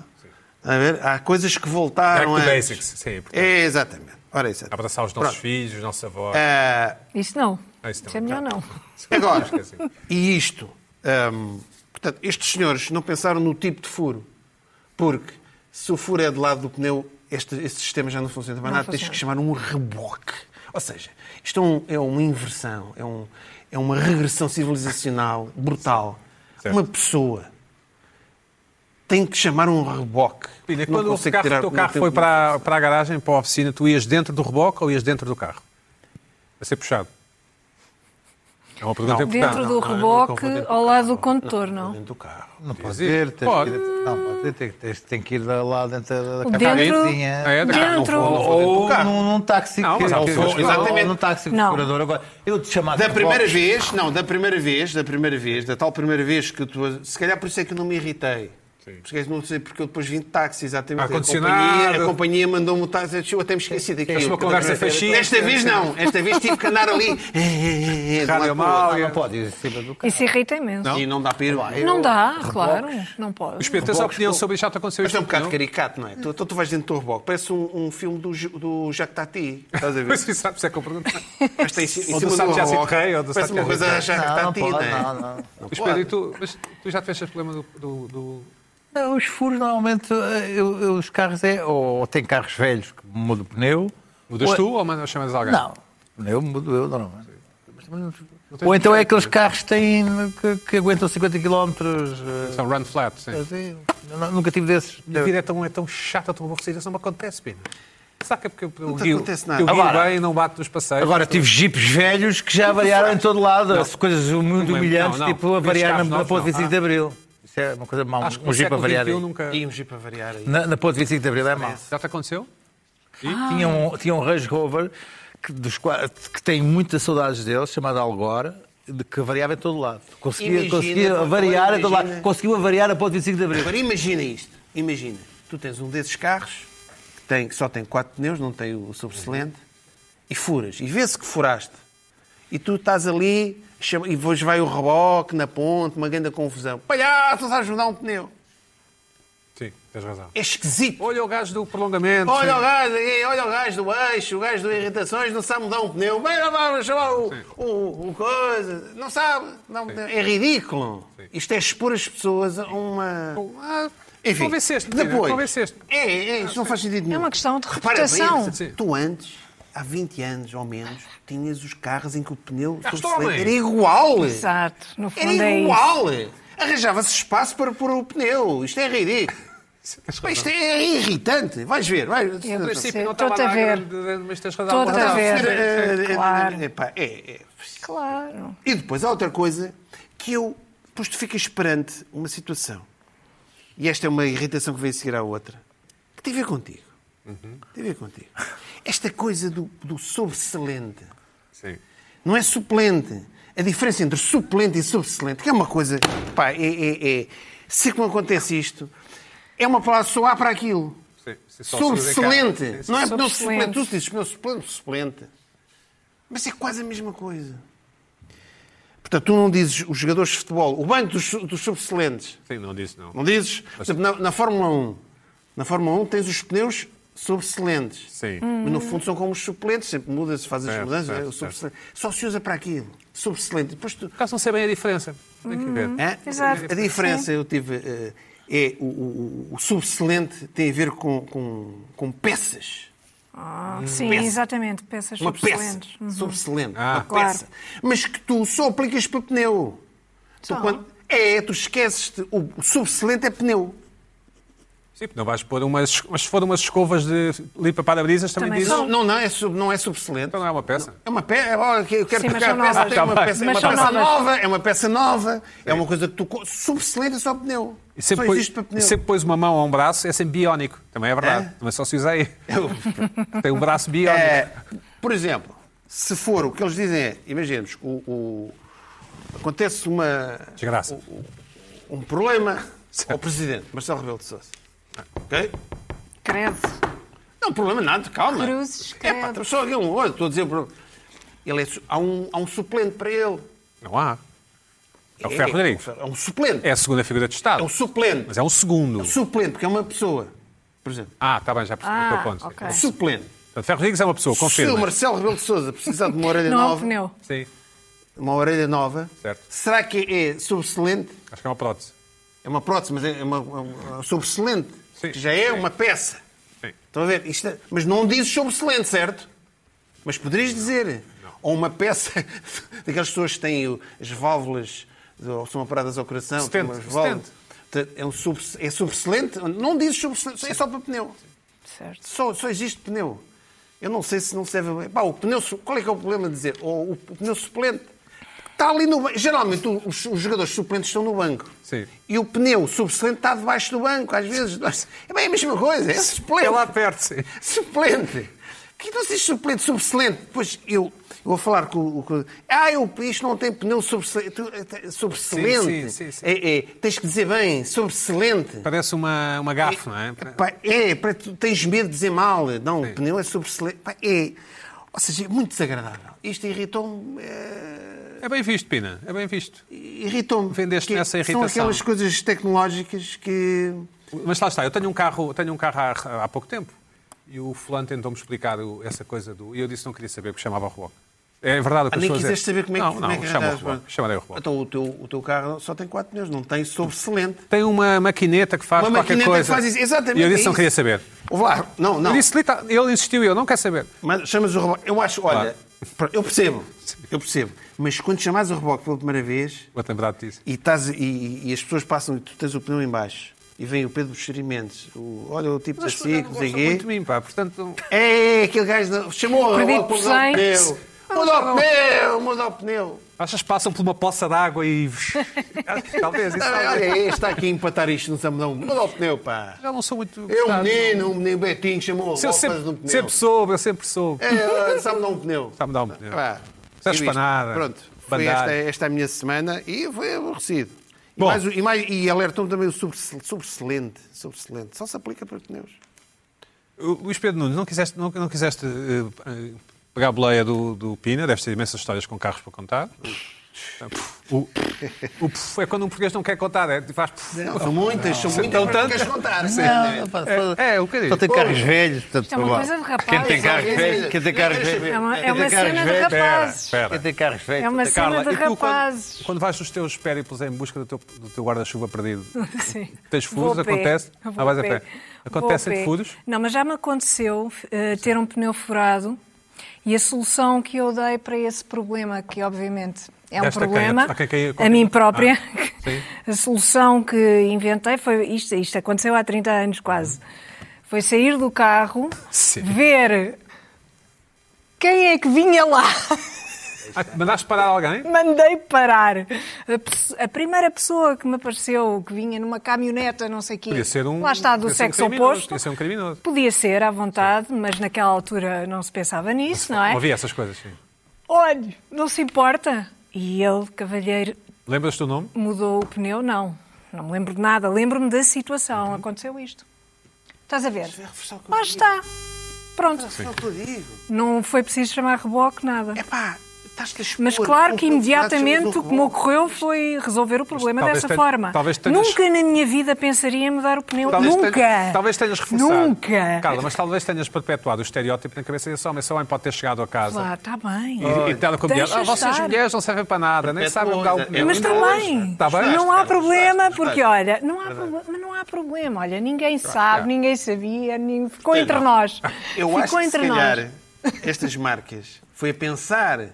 Speaker 2: a ver, há coisas que
Speaker 1: back
Speaker 2: voltaram
Speaker 1: to
Speaker 2: antes.
Speaker 1: é basics. Sim, portanto,
Speaker 2: Ah, É, exatamente. Ora, isso.
Speaker 1: abraçar os nossos
Speaker 2: Pronto.
Speaker 1: filhos, os nossos avós.
Speaker 2: Ah, tá.
Speaker 3: Isso não.
Speaker 1: Ah, isso
Speaker 3: isso é
Speaker 1: também.
Speaker 3: melhor não.
Speaker 2: Agora,
Speaker 1: Acho que é assim.
Speaker 2: e isto, hum, portanto, estes senhores não pensaram no tipo de furo, porque se o furo é do lado do pneu, este, este sistema já não funciona para
Speaker 3: Não
Speaker 2: nada, tens
Speaker 3: funciona.
Speaker 2: que chamar um reboque. Ou seja, isto é, um- é uma inversão, é, um- é uma regressão civilizacional brutal.
Speaker 1: Certo.
Speaker 2: Uma pessoa tem que chamar um reboque.
Speaker 1: Pina,
Speaker 2: Não
Speaker 1: quando o,
Speaker 2: consegue
Speaker 1: carro,
Speaker 2: tirar-
Speaker 1: o teu
Speaker 2: não
Speaker 1: carro
Speaker 2: tem- um
Speaker 1: foi para, a- para a garagem, para a oficina, tu ias dentro do reboque ou ias dentro do carro? A ser puxado. É uma pergunta importante.
Speaker 3: Dentro
Speaker 2: não,
Speaker 3: do
Speaker 2: não, eu nunca
Speaker 3: reboque,
Speaker 2: vou dentro do
Speaker 3: ao lado do condutor, não?
Speaker 2: Dentro do carro.
Speaker 4: Não pode
Speaker 1: ir.
Speaker 4: ter, tens
Speaker 1: Pode.
Speaker 4: que ir- não pode ter, tem, que- tem que ir lá dentro da, da
Speaker 3: Dentro-
Speaker 4: cabecinha.
Speaker 1: Tá Ah, é? Da cara, não
Speaker 3: Dentro.
Speaker 1: vou- não vou
Speaker 4: Ou
Speaker 2: do carro.
Speaker 4: num, num táxi
Speaker 1: Não,
Speaker 4: que,
Speaker 1: mas há
Speaker 4: ou,
Speaker 1: pessoas que
Speaker 4: ou-
Speaker 2: exatamente.
Speaker 4: ou num táxi
Speaker 3: Não.
Speaker 4: segurador. Agora, eu te chamava
Speaker 2: Da primeira vez, não, da primeira vez, da primeira vez, da tal primeira vez que tu. Se calhar por isso é que eu não me irritei.
Speaker 1: Sim.
Speaker 2: Porque não sei porque eu depois vim de táxi, exatamente.
Speaker 1: Ar-condicionado.
Speaker 2: A companhia, a companhia mandou-me o táxi, eu disse, "Eu até me esqueci daquilo.
Speaker 1: Esta uma conversa fascista.
Speaker 2: Desta vez não, esta vez tive que andar ali. eh, eh, eh, eh, de
Speaker 1: Rádio
Speaker 2: um lado para o outro.
Speaker 1: Mal.
Speaker 4: Não, não pode ir em cima do carro.
Speaker 3: Isso irrita imenso.
Speaker 2: E não dá para ir. Não,
Speaker 3: Não dá, claro. Não pode.
Speaker 1: Os pentas a opinião sobre isto já te aconteceu
Speaker 2: Mas
Speaker 1: isto.
Speaker 2: é um bocado
Speaker 1: não?
Speaker 2: caricato, não é? Tu, tu, tu vais dentro do reboque, parece um, um filme do, Ju- do Jacques Tati. Estás a ver?
Speaker 1: Mas isso sabes, é que eu pergunto.
Speaker 2: Mas tem em ci- em
Speaker 1: Ou do
Speaker 2: cima
Speaker 1: Sabe
Speaker 2: do
Speaker 1: Já Cito
Speaker 2: reboque.
Speaker 1: Rei, ou do
Speaker 2: Parece
Speaker 1: Sabe
Speaker 2: uma
Speaker 1: Já Cito
Speaker 2: coisa
Speaker 1: Rei.
Speaker 2: Jacques
Speaker 4: Não, não
Speaker 2: Tati,
Speaker 4: pode,
Speaker 2: não é?
Speaker 4: não, não.
Speaker 2: Não
Speaker 1: Mas, Pedro, e
Speaker 2: pode.
Speaker 1: tu, mas tu já tiveste este problema do- do- do,
Speaker 4: Não, os furos normalmente, eh, eu- eu- os carros é, ou, ou tem carros velhos que muda o pneu.
Speaker 1: Mudas
Speaker 4: ou,
Speaker 1: tu ou mandas chamas alguém?
Speaker 4: Não, o pneu mudo eu normalmente. Mas também não- Ou então é aqueles carros que, têm, que, que aguentam eh, 50 km.
Speaker 1: São run flat, sim.
Speaker 4: nunca tive desses.
Speaker 1: A vida é tão, é tão chata, tão aborrecida, isso não me acontece, Pina. Saca é porque eu, eu
Speaker 2: te
Speaker 1: guio,
Speaker 2: acontece nada.
Speaker 1: eu guio
Speaker 4: Agora-
Speaker 1: bem e não bato nos passeios.
Speaker 4: Agora, tive jipes velhos que já variaram em todo lado. Coisas muito
Speaker 1: Não lembro.
Speaker 4: humilhantes,
Speaker 1: Não, não.
Speaker 4: tipo a variar na,
Speaker 1: Estes carros
Speaker 4: na
Speaker 1: novos,
Speaker 4: ponte
Speaker 1: não.
Speaker 4: 25 de Abril. Isso Isso é uma coisa mal.
Speaker 1: Acho que
Speaker 4: um
Speaker 1: o
Speaker 4: jeep a
Speaker 1: século
Speaker 4: variar.
Speaker 1: XXI
Speaker 4: aí.
Speaker 1: nunca...
Speaker 2: Íamos ir para variar aí.
Speaker 4: Na, na ponte 25 de Abril é mau.
Speaker 1: Já te aconteceu?
Speaker 3: Ah.
Speaker 4: Tinha, um, tinha um Range Rover que, dos, qua- que tem muitas saudades deles, chamado Algor, de que variava em todo lado. Conseguia,
Speaker 2: Imagina,
Speaker 4: conseguia
Speaker 2: Portugal,
Speaker 4: variar em todo lado.
Speaker 2: imagina.
Speaker 4: Conseguiu variar a ponte 25 de Abril.
Speaker 2: Agora imagina isto. Imagina. Tu tens um desses carros que, tem, que só tem quatro pneus, não tem o sobressalente, e furas. E vê-se que furaste. E tu estás ali chama- e depois vai o reboque na ponte, uma grande confusão. Palhaço, estás a ajudar um pneu.
Speaker 1: Sim, tens razão.
Speaker 2: É esquisito.
Speaker 1: Olha o gajo do prolongamento.
Speaker 2: Olha o gajo, aí, olha o gajo do eixo, o gajo do irritações, não sabe mudar um pneu. Vai lá, vai lá chamar o, o, o coisa. Não sabe. Não, é ridículo. Isto é expor as pessoas a uma.
Speaker 1: Ah,
Speaker 2: Enfim,
Speaker 1: convenceste, Pina,
Speaker 2: depois.
Speaker 1: convenceste.
Speaker 2: É, é, isso não faz sentido nenhum.
Speaker 3: uma questão de
Speaker 2: Repara bem,
Speaker 3: reputação.
Speaker 1: Sim.
Speaker 2: tu antes, há 20 anos ou menos, tinhas os carros em que o pneu
Speaker 1: Carros de homem.
Speaker 2: sobressalente era igual.
Speaker 3: Exato, no
Speaker 2: Era
Speaker 3: fundo é isso.
Speaker 2: igual. Arranjava-se espaço para pôr o pneu. Isto é ridículo. Pá, Isto é irritante. Vais ver. Vais...
Speaker 3: Eu
Speaker 1: Mas, sim,
Speaker 3: Sim,
Speaker 1: não estava
Speaker 3: estou-te a
Speaker 1: lá
Speaker 3: ver.
Speaker 1: grande, Mas tens razão.
Speaker 3: Estou-te
Speaker 1: Não,
Speaker 3: a
Speaker 1: não.
Speaker 3: ver.
Speaker 2: Eh,
Speaker 3: Claro.
Speaker 2: epá, é- é-
Speaker 3: Claro.
Speaker 2: E depois há outra coisa que eu. Pois tu ficas perante uma situação. E esta é uma irritação que vem a seguir à outra. Que tem a ver contigo. Tem a ver contigo. Esta coisa do, do sobressalente.
Speaker 1: Sim.
Speaker 2: Não é suplente. A diferença entre suplente e sobressalente, que é uma coisa. Pá, é. é, é se como acontece isto, é uma palavra só há para aquilo.
Speaker 1: Sim, sim, só se usa em casa. Sim,
Speaker 2: Sobressalente.
Speaker 1: sim.
Speaker 2: Não é pneu
Speaker 3: Sobressalente.
Speaker 2: suplente. Tu dizes pneu suplente, suplente. Mas é quase a mesma coisa. Portanto, tu não dizes os jogadores de futebol, o banco dos, dos sobressalentes.
Speaker 1: Sim, não disse não.
Speaker 2: Não dizes? Por exemplo, na, na Fórmula 1. Na Fórmula 1 tens os pneus sobressalentes.
Speaker 1: Sim.
Speaker 3: Hum.
Speaker 2: Mas no fundo são como os suplentes, sempre muda-se, faz as
Speaker 1: Certo,
Speaker 2: mudanças.
Speaker 1: certo,
Speaker 2: é, o sobressalente. Só se usa para aquilo. Sobressalente. Depois tu,
Speaker 1: Por acaso não sei bem a diferença. Tem
Speaker 3: Hum.
Speaker 1: que ver.
Speaker 2: Hã?
Speaker 3: Exato.
Speaker 2: A diferença eu tive eh, é o, o, o subselente tem a ver com, com, com peças.
Speaker 3: Ah, sim,
Speaker 2: Hum. Peça.
Speaker 3: exatamente. Peças
Speaker 2: Uma peça.
Speaker 3: subselentes. Uhum.
Speaker 2: Subselente.
Speaker 1: Ah.
Speaker 2: Uma
Speaker 3: Claro.
Speaker 2: peça. Mas que tu só aplicas para pneu. Tu
Speaker 3: Só?
Speaker 2: quando- É, tu esqueces-te. O o subselente é pneu.
Speaker 1: Sim, não vais pôr umas. Mas se for umas escovas de limpa para-brisas, também,
Speaker 3: Também
Speaker 1: dizes.
Speaker 3: são.
Speaker 2: Não, não, não é, sub, não é subselente.
Speaker 1: Então não é uma peça.
Speaker 2: É uma peça. Olha, que eu quero
Speaker 3: Sim, mas
Speaker 2: trocar
Speaker 3: são
Speaker 2: a peça.
Speaker 3: novas.
Speaker 2: Tem uma
Speaker 1: Tá bem.
Speaker 2: peça, é uma
Speaker 3: Mas são
Speaker 2: peça
Speaker 3: novas.
Speaker 2: nova. É uma peça nova. É uma coisa que tu. co- Subselente é só pneu.
Speaker 1: E sempre,
Speaker 2: só
Speaker 1: põe-
Speaker 2: existe para pneu.
Speaker 1: sempre pões uma mão a um braço, é sempre biónico. Também é verdade.
Speaker 2: É?
Speaker 1: Também só se usa aí. Tem um braço biónico.
Speaker 2: É, por exemplo, se for o que eles dizem é, imaginemos, o, o- acontece uma,
Speaker 1: Desgraça.
Speaker 2: um problema ao presidente, Marcelo Rebelo de Sousa. Ok?
Speaker 3: Credo.
Speaker 2: Não, problema nada, calma.
Speaker 3: Cruzes,
Speaker 2: é pá,
Speaker 3: credo.
Speaker 2: só aqui um outro, estou a dizer o problema. Ele é su- há, um, há um suplente para ele.
Speaker 1: Não há. É o
Speaker 2: É,
Speaker 1: Ferro Rodrigues.
Speaker 2: É um suplente.
Speaker 1: É a segunda figura de Estado.
Speaker 2: É um suplente.
Speaker 1: Mas é um segundo.
Speaker 2: Suplente, porque é uma pessoa. Por exemplo, um
Speaker 1: Ah, está bem, já percebi o
Speaker 3: Ah,
Speaker 1: teu ponto.
Speaker 3: ok.
Speaker 1: Sim.
Speaker 2: suplente.
Speaker 1: Portanto, Ferro Rodrigues é uma pessoa,
Speaker 2: Se o
Speaker 1: confirma.
Speaker 2: Marcelo Rebelo de Sousa precisar de uma orelha
Speaker 3: Não é um
Speaker 2: nova,
Speaker 3: pneu.
Speaker 1: Sim,
Speaker 2: uma orelha nova,
Speaker 1: Certo.
Speaker 2: será que é subselente?
Speaker 1: acho que é uma prótese.
Speaker 2: É uma prótese, mas é uma, é uma sobressalente,
Speaker 1: Sim.
Speaker 2: que já é uma peça.
Speaker 1: Sim.
Speaker 2: Estão a ver? Isto é- Mas não dizes sobressalente, certo? Mas poderias dizer. Ou uma peça daquelas pessoas que têm o- as válvulas, ou são operadas ao coração, têm
Speaker 1: Estente,
Speaker 2: umas válvulas. Portanto, É, um subs- é sobressalente? Não dizes sobressalente, é só para pneu.
Speaker 3: Certo.
Speaker 2: Só, só existe pneu. Eu não sei se não serve. a- Pá, o pneu, su- qual é que é o problema de dizer? Ou o pneu suplente está ali no banco. Geralmente o- os, os jogadores suplentes estão no banco.
Speaker 1: Sim.
Speaker 2: E o pneu subselente está debaixo do banco, às vezes. Nós- É bem a mesma coisa, é suplente.
Speaker 1: É lá perto, sim.
Speaker 2: Suplente. Que não seja suplente, subselente. Depois eu, eu vou falar com o. com- Ah, eu, isto não tem pneu subselente. Tu- eh, te- Subselente.
Speaker 1: sim, sim.
Speaker 2: É, é, tens que dizer bem, subselente.
Speaker 1: Parece uma, uma gafe, não é?
Speaker 2: Pá, é, para tu tens medo de dizer mal. Não, o pneu é sobressalente. Pá, é. Ou seja, é muito desagradável. Isto irritou-me. eh,
Speaker 1: É bem visto, Pina. É bem visto.
Speaker 2: irritou-me.
Speaker 1: Vendeste
Speaker 2: Que
Speaker 1: nessa
Speaker 2: São
Speaker 1: irritação.
Speaker 2: aquelas coisas tecnológicas que.
Speaker 1: Mas lá está, eu tenho um carro, tenho um carro há, há pouco tempo e o fulano tentou-me explicar o- essa coisa do. E eu disse que não queria saber porque chamava reboque. É verdade o que
Speaker 2: Ah,
Speaker 1: as
Speaker 2: nem
Speaker 1: pessoas
Speaker 2: quiseste
Speaker 1: dizem.
Speaker 2: saber como é que
Speaker 1: Não,
Speaker 2: como
Speaker 1: não,
Speaker 2: é que
Speaker 1: chama o
Speaker 2: arranjas-
Speaker 1: reboque. Chamarei o reboque.
Speaker 2: Então o teu, o teu carro só tem 4 pneus, não tem sobressalente.
Speaker 1: Tem uma maquineta que faz
Speaker 2: Uma
Speaker 1: qualquer
Speaker 2: maquineta
Speaker 1: coisa.
Speaker 2: que faz isso. Exatamente,
Speaker 1: E eu disse
Speaker 2: é
Speaker 1: que não
Speaker 2: isso.
Speaker 1: queria saber.
Speaker 2: Ouve lá, não, não.
Speaker 1: Eu disse, lita- ele insistiu e eu, não quero saber.
Speaker 2: Mas chamas o reboque. Eu acho, olha, eu percebo, eu percebo. Mas quando chamas o reboque pela primeira vez,
Speaker 1: Vou-te lembrar disso.
Speaker 2: e, estás- e- e as pessoas passam e tu tens o pneu em baixo e vem o Pedro Buxerimentos, o, olha o tipo
Speaker 1: Mas
Speaker 2: assim,
Speaker 1: não
Speaker 2: não sei
Speaker 1: gostam
Speaker 2: quê.
Speaker 1: muito de mim, pá. Portanto, não-
Speaker 2: É, aquele gajo não- chamou a
Speaker 3: Perdido
Speaker 2: reboque para usar o
Speaker 3: por cem.
Speaker 2: pneu. Muda o pneu, muda o pneu.
Speaker 1: Achas que passam por uma poça d'água e. Talvez, isso
Speaker 2: Ah,
Speaker 1: talvez.
Speaker 2: Olha, este está aqui a empatar isto no Zamedão. Muda o pneu, pá.
Speaker 1: Já não sou muito.
Speaker 2: É um
Speaker 1: gostado.
Speaker 2: menino, um menino Betinho, chamou a
Speaker 1: Se Eu
Speaker 2: roupas de um
Speaker 1: sempre,
Speaker 2: pneu.
Speaker 1: sempre soube, eu sempre soube.
Speaker 2: É, ah, sabe dar um pneu.
Speaker 1: Sabe dar um pneu.
Speaker 2: Pá,
Speaker 1: Não
Speaker 2: e
Speaker 1: serves
Speaker 2: isto.
Speaker 1: para nada.
Speaker 2: Pronto, foi
Speaker 1: Bandar.
Speaker 2: esta, esta é a minha semana e foi aborrecido. E,
Speaker 1: Bom.
Speaker 2: mais, um, e, mais, e alertam-me também o sobressalente. Sobressalente. sobressalente. Só se aplica para pneus.
Speaker 1: O Luís Pedro Nunes, não quiseste, não, não quiseste eh, eh, pegar a boleia do, do Pina, deves ter imensas histórias com carros para contar. O, o puf é quando um português não quer contar, é, faz puf.
Speaker 2: Não, são muitas, são muitas. Não queres contar.
Speaker 4: Não, pá, só-
Speaker 1: É, é, um bocadinho.
Speaker 4: Só tem carros velhos, portanto,
Speaker 3: Isto é uma
Speaker 4: vá.
Speaker 3: coisa de rapaz.
Speaker 4: Quem tem
Speaker 3: É
Speaker 4: carros
Speaker 2: uma-
Speaker 4: velhos, quem tem carros velhos.
Speaker 3: É uma, é
Speaker 4: Quem
Speaker 3: uma
Speaker 4: tem carros
Speaker 3: cena de
Speaker 4: velhos.
Speaker 3: rapazes.
Speaker 1: Espera,
Speaker 4: Quem
Speaker 1: espera.
Speaker 4: tem carros velhos.
Speaker 3: É uma
Speaker 4: quem tem
Speaker 3: cena
Speaker 1: Carla,
Speaker 3: de
Speaker 1: e tu,
Speaker 3: rapazes.
Speaker 1: quando, quando vais nos teus périplos em busca do teu, do teu guarda-chuva perdido,
Speaker 3: Sim.
Speaker 1: tens
Speaker 3: Vou
Speaker 1: furos?
Speaker 3: a pé.
Speaker 1: Acontece?
Speaker 3: Vou
Speaker 1: Ah, vais a pé. Acontecem
Speaker 3: Vou a pé.
Speaker 1: furos?
Speaker 3: Não, mas já me aconteceu eh, ter um pneu furado e a solução que eu dei para esse problema, que obviamente é um
Speaker 1: Esta
Speaker 3: problema,
Speaker 1: quem? A quem- quem-
Speaker 3: a mim própria,
Speaker 1: Ah, sim.
Speaker 3: a solução que inventei foi isto, isto aconteceu há 30 anos quase. Foi sair do carro,
Speaker 1: Sim.
Speaker 3: ver quem é que vinha lá.
Speaker 1: Ah, mandaste parar alguém?
Speaker 3: Mandei parar. A, pesso- a primeira pessoa que me apareceu, que vinha numa camioneta, não sei o quê.
Speaker 1: Podia ser um.
Speaker 3: Lá está, do
Speaker 1: podia ser um
Speaker 3: sexo
Speaker 1: criminoso,
Speaker 3: oposto.
Speaker 1: Podia ser um criminoso.
Speaker 3: Podia ser, à vontade, mas naquela altura não se pensava nisso, não
Speaker 1: Não
Speaker 3: é?
Speaker 1: havia essas coisas. sim.
Speaker 3: Olhe, não se importa. E ele, cavalheiro,
Speaker 1: Lembras-te do nome?
Speaker 3: mudou o pneu? Não. Não me lembro de nada. Lembro-me da
Speaker 1: Uhum.
Speaker 3: situação. Aconteceu isto. Estás a ver? Lá está. Pronto.
Speaker 2: Só te digo.
Speaker 3: Não foi preciso chamar reboque, nada.
Speaker 2: Epá, estás-te a expor.
Speaker 3: Mas claro que
Speaker 2: Um- um-
Speaker 3: imediatamente o que me
Speaker 2: um-
Speaker 3: ocorreu foi resolver o problema
Speaker 1: talvez
Speaker 3: dessa
Speaker 1: tenha-
Speaker 3: forma.
Speaker 1: talvez tenhas-
Speaker 3: Nunca na minha vida pensaria em mudar o pneu.
Speaker 1: Talvez
Speaker 3: Nunca!
Speaker 1: tenhas- talvez tenhas reforçado.
Speaker 3: Nunca!
Speaker 1: Carla, mas talvez tenhas perpetuado o estereótipo na cabeça desse homem. Esse homem pode ter chegado a casa
Speaker 3: Claro, está bem.
Speaker 1: e, e ter com a mulher.
Speaker 3: Deixa
Speaker 1: Ah, vocês
Speaker 3: estar."
Speaker 1: mulheres não servem para nada, nem sabem mudar o pneu."
Speaker 3: Mas está bem.
Speaker 1: Está bem?
Speaker 3: Não há problema, porque olha, não há, problema, mas não há problema. Olha, ninguém sabe, ninguém sabia, ninguém... ficou entre nós.
Speaker 2: Eu
Speaker 3: ficou
Speaker 2: acho que se
Speaker 3: entre
Speaker 2: calhar
Speaker 3: nós.
Speaker 2: estas marcas foi a pensar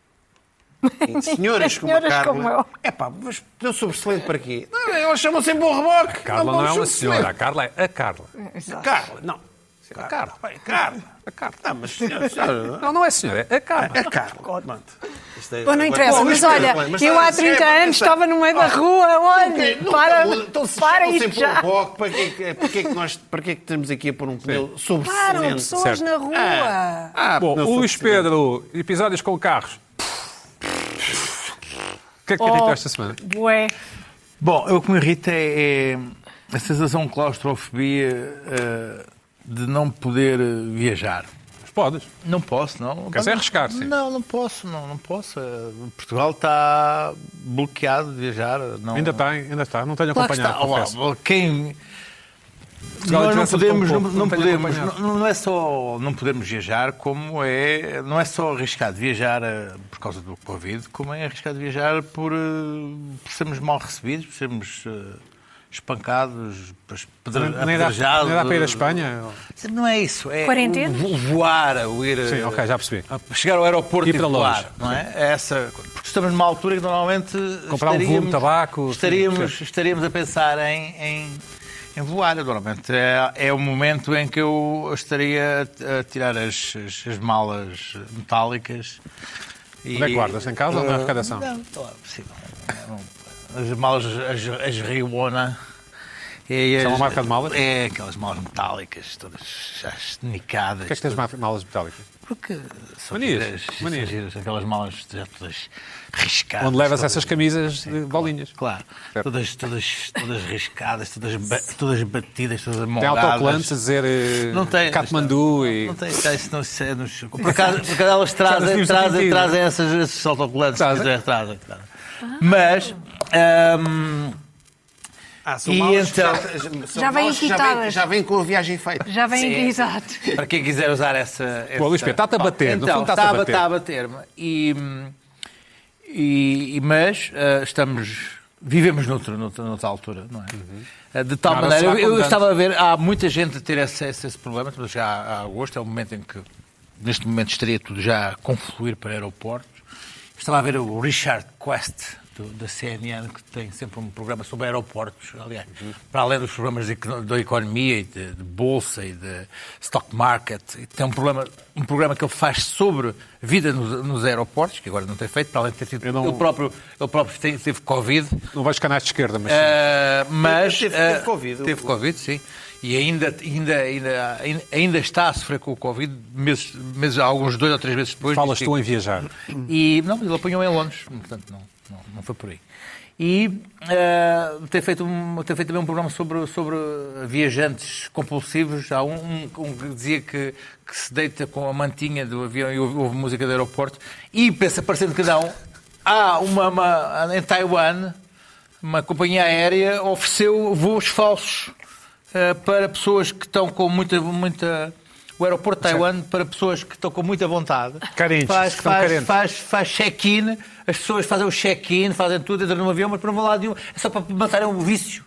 Speaker 2: em senhoras como
Speaker 3: Senhoras
Speaker 2: a
Speaker 3: como
Speaker 2: Carla.
Speaker 3: eu.
Speaker 2: É pá, mas deu sobressalente para quê? Não, elas chamam sempre o reboque.
Speaker 1: Carla não é uma senhora, a
Speaker 2: sobressalente.
Speaker 1: Carla é a Carla.
Speaker 3: Exato.
Speaker 2: Carla, não.
Speaker 1: A Carla.
Speaker 2: Vai, Carla.
Speaker 1: A Carla.
Speaker 2: Não, Ah, mas senhora, senhora,
Speaker 1: Não, não é senhora, é a Carla.
Speaker 2: é Carla. Pronto. Isto é-
Speaker 3: Bom, não
Speaker 2: agora-
Speaker 3: interessa,
Speaker 2: Bom,
Speaker 3: mas
Speaker 2: isto é-
Speaker 3: olha,
Speaker 2: mas
Speaker 3: eu há
Speaker 2: está- isto é
Speaker 3: 30
Speaker 2: para
Speaker 3: anos
Speaker 2: pensar.
Speaker 3: estava no meio da
Speaker 2: Ah,
Speaker 3: rua, olha,
Speaker 2: Nunca- nunca
Speaker 3: para,
Speaker 2: muda. Então, se
Speaker 3: para
Speaker 2: chamam
Speaker 3: isto
Speaker 2: sempre
Speaker 3: já.
Speaker 2: o reboque, para que, é que- para que é que nós para que é que estamos aqui a pôr um pneu sobressalente?
Speaker 3: Param pessoas
Speaker 1: Certo.
Speaker 3: na rua.
Speaker 2: Ah, ah,
Speaker 1: Bom,
Speaker 2: pneu
Speaker 1: o Luís
Speaker 2: sobressalente.
Speaker 1: Pedro, episódios com carros. O que é que te irritou
Speaker 4: Oh.
Speaker 1: esta semana?
Speaker 3: Bué.
Speaker 4: Bom, eu, o que me irrita é, é a sensação de claustrofobia eh, de não poder eh, viajar.
Speaker 1: Mas Podes.
Speaker 4: Não posso, não.
Speaker 1: Quer dizer, arriscar, sim.
Speaker 4: Não, não posso, não, não posso. Eh, Portugal está bloqueado de viajar. Não,
Speaker 1: Ainda está, ainda está. Não tenho
Speaker 4: Claro que
Speaker 1: acompanhado,
Speaker 4: está.
Speaker 1: confesso.
Speaker 4: Olá, quem...
Speaker 1: Portugal
Speaker 4: Nós não
Speaker 1: interessa tão
Speaker 4: podemos, não,
Speaker 1: pouco,
Speaker 4: não
Speaker 1: não tenho
Speaker 4: podemos,
Speaker 1: acompanhado.
Speaker 4: não, não é só não podemos viajar, como é, não é só arriscado viajar eh, por causa do Covid, como é arriscado viajar por, eh, por sermos mal recebidos, por sermos eh, espancados, pois, pedre-
Speaker 1: Nem dá,
Speaker 4: apedrejados.
Speaker 1: nem dá para ir à Espanha?
Speaker 4: Não é isso, é
Speaker 3: Quarentena?
Speaker 4: o, o voar, o ir.
Speaker 1: Sim, ok, já percebi.
Speaker 4: a Chegar ao aeroporto
Speaker 1: Ir
Speaker 4: e,
Speaker 1: para longe.
Speaker 4: voar, não é? É essa, porque estamos numa altura que normalmente
Speaker 1: Comprar um
Speaker 4: estaríamos-
Speaker 1: volume de tabaco, sim,
Speaker 4: Estaríamos,
Speaker 1: percebo.
Speaker 4: estaríamos a pensar em, em, em voar. Eu, Normalmente é, é o momento em que eu estaria a tirar as, as, as malas metálicas. E,
Speaker 1: Onde é que guardas? Em casa ou na
Speaker 4: Eh,
Speaker 1: arrecadação?
Speaker 4: Não, está lá, sim, não, não. As malas, as, as Rihanna. E
Speaker 1: São uma
Speaker 4: as-
Speaker 1: marca de malas?
Speaker 4: É, aquelas malas metálicas, todas já nicadas.
Speaker 1: O que é que tens ma- malas metálicas?
Speaker 4: Porque são
Speaker 1: Manias,
Speaker 4: giras, são
Speaker 1: manias.
Speaker 4: giras, aquelas malas já todas riscadas.
Speaker 1: Onde levas
Speaker 4: todas-
Speaker 1: essas camisas de bolinhas?
Speaker 4: Claro,
Speaker 1: Certo.
Speaker 4: todas, todas, todas riscadas, todas, ba- todas batidas, todas
Speaker 1: Tem
Speaker 4: moldadas.
Speaker 1: autocolantes a dizer eh,
Speaker 4: Não tem.
Speaker 1: Katmandu
Speaker 4: não,
Speaker 1: e.
Speaker 4: Não tem, tá, isso não isso é nos- Por acaso, por acaso elas
Speaker 1: nos
Speaker 4: trazem,
Speaker 1: livros de
Speaker 4: trazem,
Speaker 1: sentido.
Speaker 4: trazem essas, esses autocolantes. se
Speaker 1: Trazem?
Speaker 4: quiser, Trazem, trazem. Mas. hum, ahm,
Speaker 2: Ah, são
Speaker 4: E
Speaker 2: malas que
Speaker 4: então-
Speaker 2: já, são
Speaker 3: Já vêm
Speaker 2: malas que já
Speaker 3: equitadas.
Speaker 2: vêm- já vêm com a viagem feita.
Speaker 3: Já vem
Speaker 4: Sim.
Speaker 3: exato.
Speaker 4: Para quem quiser usar essa.
Speaker 1: Pô, Luís
Speaker 4: essa-
Speaker 1: Pedro, está-te a bater, no
Speaker 4: Então,
Speaker 1: fundo está-te a
Speaker 4: está,
Speaker 1: bater.
Speaker 4: está a bater-me. E, e, e- mas ah, estamos. Vivemos noutro, noutro, noutra altura, não é? Ah, De tal
Speaker 1: Nada
Speaker 4: maneira.
Speaker 1: Uhum. será
Speaker 4: Eu,
Speaker 1: como
Speaker 4: eu
Speaker 1: antes.
Speaker 4: estava a ver, há muita gente a ter acesso a esse problema, estamos já a agosto, é o momento em que. Neste momento estaria tudo já a confluir para aeroportos. Estava a ver o Richard Quest, do- da CNN, que tem sempre um programa sobre aeroportos, aliás,
Speaker 1: Uhum.
Speaker 4: para além dos programas de, econo- da economia e de, de bolsa e de stock market, e tem um, programa, um programa que ele faz sobre a vida nos, nos aeroportos, que agora não tem feito, para além de ter sido.
Speaker 1: Eu não-
Speaker 4: Ele próprio, ele próprio tem- teve Covid.
Speaker 1: Não vais canais de esquerda, mas.
Speaker 4: Ah, mas
Speaker 2: Teve- teve
Speaker 4: ah,
Speaker 2: Covid.
Speaker 4: teve Covid, sim. E ainda, ainda, ainda, ainda está a sofrer com o Covid, meses, meses, alguns dois ou três meses depois.
Speaker 1: falas
Speaker 4: diz que-
Speaker 1: tu em viajar.
Speaker 4: e não, mas ele apanhou em Londres, portanto não, não, não foi por aí. E eh, tem, feito um- tem feito também um programa sobre, sobre viajantes compulsivos. Há um, um- um que dizia que, que se deita com a mantinha do avião e ouve, ouve música do aeroporto. E pensa, parecendo que não, há uma, uma- em Taiwan, uma companhia aérea ofereceu voos falsos eh, para pessoas que estão com muita. muita o aeroporto de Taiwan para pessoas que estão com muita vontade
Speaker 1: é Carentes,
Speaker 4: faz,
Speaker 1: que estão
Speaker 4: faz,
Speaker 1: carentes.
Speaker 4: faz, faz check-in, as pessoas fazem o check-in, fazem tudo, entram num avião, mas para não vão lá de um. É só para matarem o vício.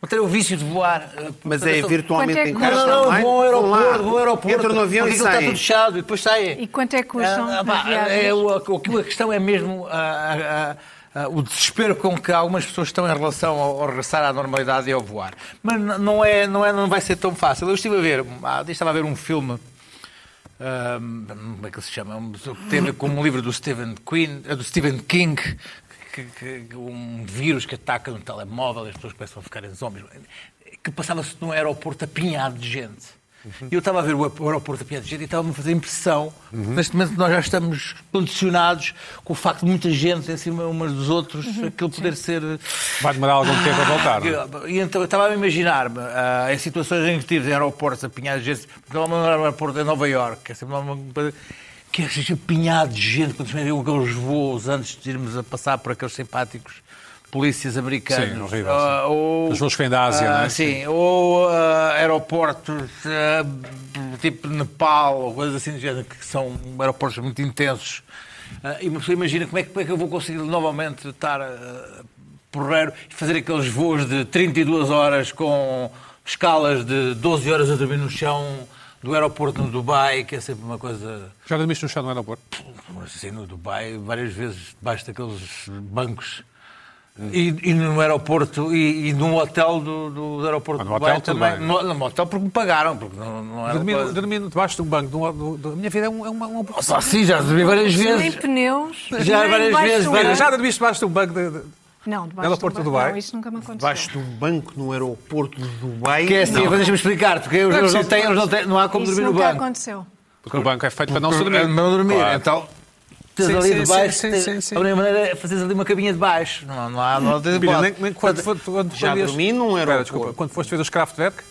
Speaker 4: Matarem o vício de voar. eh,
Speaker 2: Mas
Speaker 4: portanto,
Speaker 2: é
Speaker 4: só-
Speaker 2: virtualmente
Speaker 3: Quanto é
Speaker 2: em
Speaker 3: que-
Speaker 2: casa.
Speaker 4: Não, não, não,
Speaker 2: online,
Speaker 4: vão ao
Speaker 2: vão lá,
Speaker 4: aeroporto, vão ao aeroporto.
Speaker 2: Entram no avião e
Speaker 4: porque aquilo
Speaker 3: tá
Speaker 4: está
Speaker 2: saem.
Speaker 4: tudo fechado e depois saem.
Speaker 3: E quanto é que custam
Speaker 4: Ah, pá,
Speaker 3: as viagens?
Speaker 4: é, o, o que- a questão é mesmo ah, ah, ah, ah, o desespero com que algumas pessoas estão em relação ao, ao regressar à normalidade e ao voar. Mas n- não, é, não, é, não vai ser tão fácil. Eu estive a ver, há dias estava a ver um filme ah, como é que ele se chama? Um, que tem a ver com um livro do Stephen, Queen, eh, do Stephen King, que, que- que um vírus que ataca no telemóvel e as pessoas começam a ficar em zombies, que passava-se num aeroporto apinhado de gente. E eu estava a ver o ap- o aeroporto apinhado de gente e estava-me a fazer impressão. Neste momento nós já estamos condicionados com o facto de muita gente em cima umas dos outros, aquilo poder ser
Speaker 1: Vai demorar algum tempo a voltar. não é?
Speaker 4: que- E então, eu estava a imaginar-me ah, em situações em que estive em aeroportos apinhados de gente, porque lá no aeroporto em Nova Iorque, é sempre uma coisa- que esses apinhados de gente, quando se vê aqueles voos antes de irmos a passar por aqueles simpáticos polícias americanos.
Speaker 1: Sim, horrível, sim.
Speaker 4: Ah, ou,
Speaker 1: Os voos que vêm da Ásia,
Speaker 4: ah,
Speaker 1: não é?
Speaker 4: Sim, ou ah, aeroportos ah, tipo Nepal, ou coisas assim do género, que são aeroportos muito intensos. Ah, e uma pessoa imagina como é, que, como é que eu vou conseguir novamente estar ah, porreiro e fazer aqueles voos de 32 horas com escalas de 12 horas a dormir no chão do aeroporto no Dubai, que é sempre uma coisa.
Speaker 1: Já dormiste no chão no aeroporto?
Speaker 4: Assim, no Dubai, várias vezes debaixo daqueles bancos. E, e no aeroporto, e, e num hotel do, do aeroporto
Speaker 1: Ah, no
Speaker 4: de Dubai
Speaker 1: hotel tudo
Speaker 4: também.
Speaker 1: bem.
Speaker 4: No, no hotel porque me pagaram, porque não, não era.
Speaker 1: Dormi,
Speaker 4: coisa.
Speaker 1: dormi debaixo de um banco. de um- do- do- a minha vida é, um, é uma. uma...
Speaker 4: Opa, sim, já dormi várias
Speaker 3: Nem
Speaker 4: vezes.
Speaker 3: pneus.
Speaker 4: Já
Speaker 3: nem
Speaker 4: várias
Speaker 3: debaixo
Speaker 4: vezes,
Speaker 3: de um
Speaker 4: várias-
Speaker 1: Já
Speaker 3: banco.
Speaker 1: dormiste debaixo de um banco. De, de-
Speaker 3: Não, debaixo
Speaker 1: Ela
Speaker 3: de um
Speaker 1: porta
Speaker 3: banco.
Speaker 1: do ar.
Speaker 3: Não, isso nunca me aconteceu.
Speaker 2: Debaixo de um banco no aeroporto de Dubai.
Speaker 4: Que é assim,
Speaker 2: Não.
Speaker 4: mas deixa-me explicar, porque
Speaker 1: é
Speaker 4: eles eles não, têm, eles não, têm, não há como
Speaker 3: Isso
Speaker 4: dormir no
Speaker 3: nunca
Speaker 4: banco.
Speaker 3: aconteceu.
Speaker 1: porque o banco é feito para não se
Speaker 4: É
Speaker 1: dormir.
Speaker 4: Não dormir.
Speaker 1: Claro.
Speaker 4: Então, tens
Speaker 1: Sim,
Speaker 4: ali
Speaker 1: sim,
Speaker 4: debaixo,
Speaker 1: sim,
Speaker 4: tens-
Speaker 1: sim, sim.
Speaker 4: a única maneira é fazeres ali uma cabinha de baixo. Não, não há. Não, tens
Speaker 1: Pira,
Speaker 4: hipótese.
Speaker 1: nem, nem quando, quando, quando
Speaker 2: Já
Speaker 1: quando-
Speaker 2: dormi num
Speaker 1: Espera,
Speaker 2: aeroporto.
Speaker 1: desculpa, quando foste ver os Kraftwerk?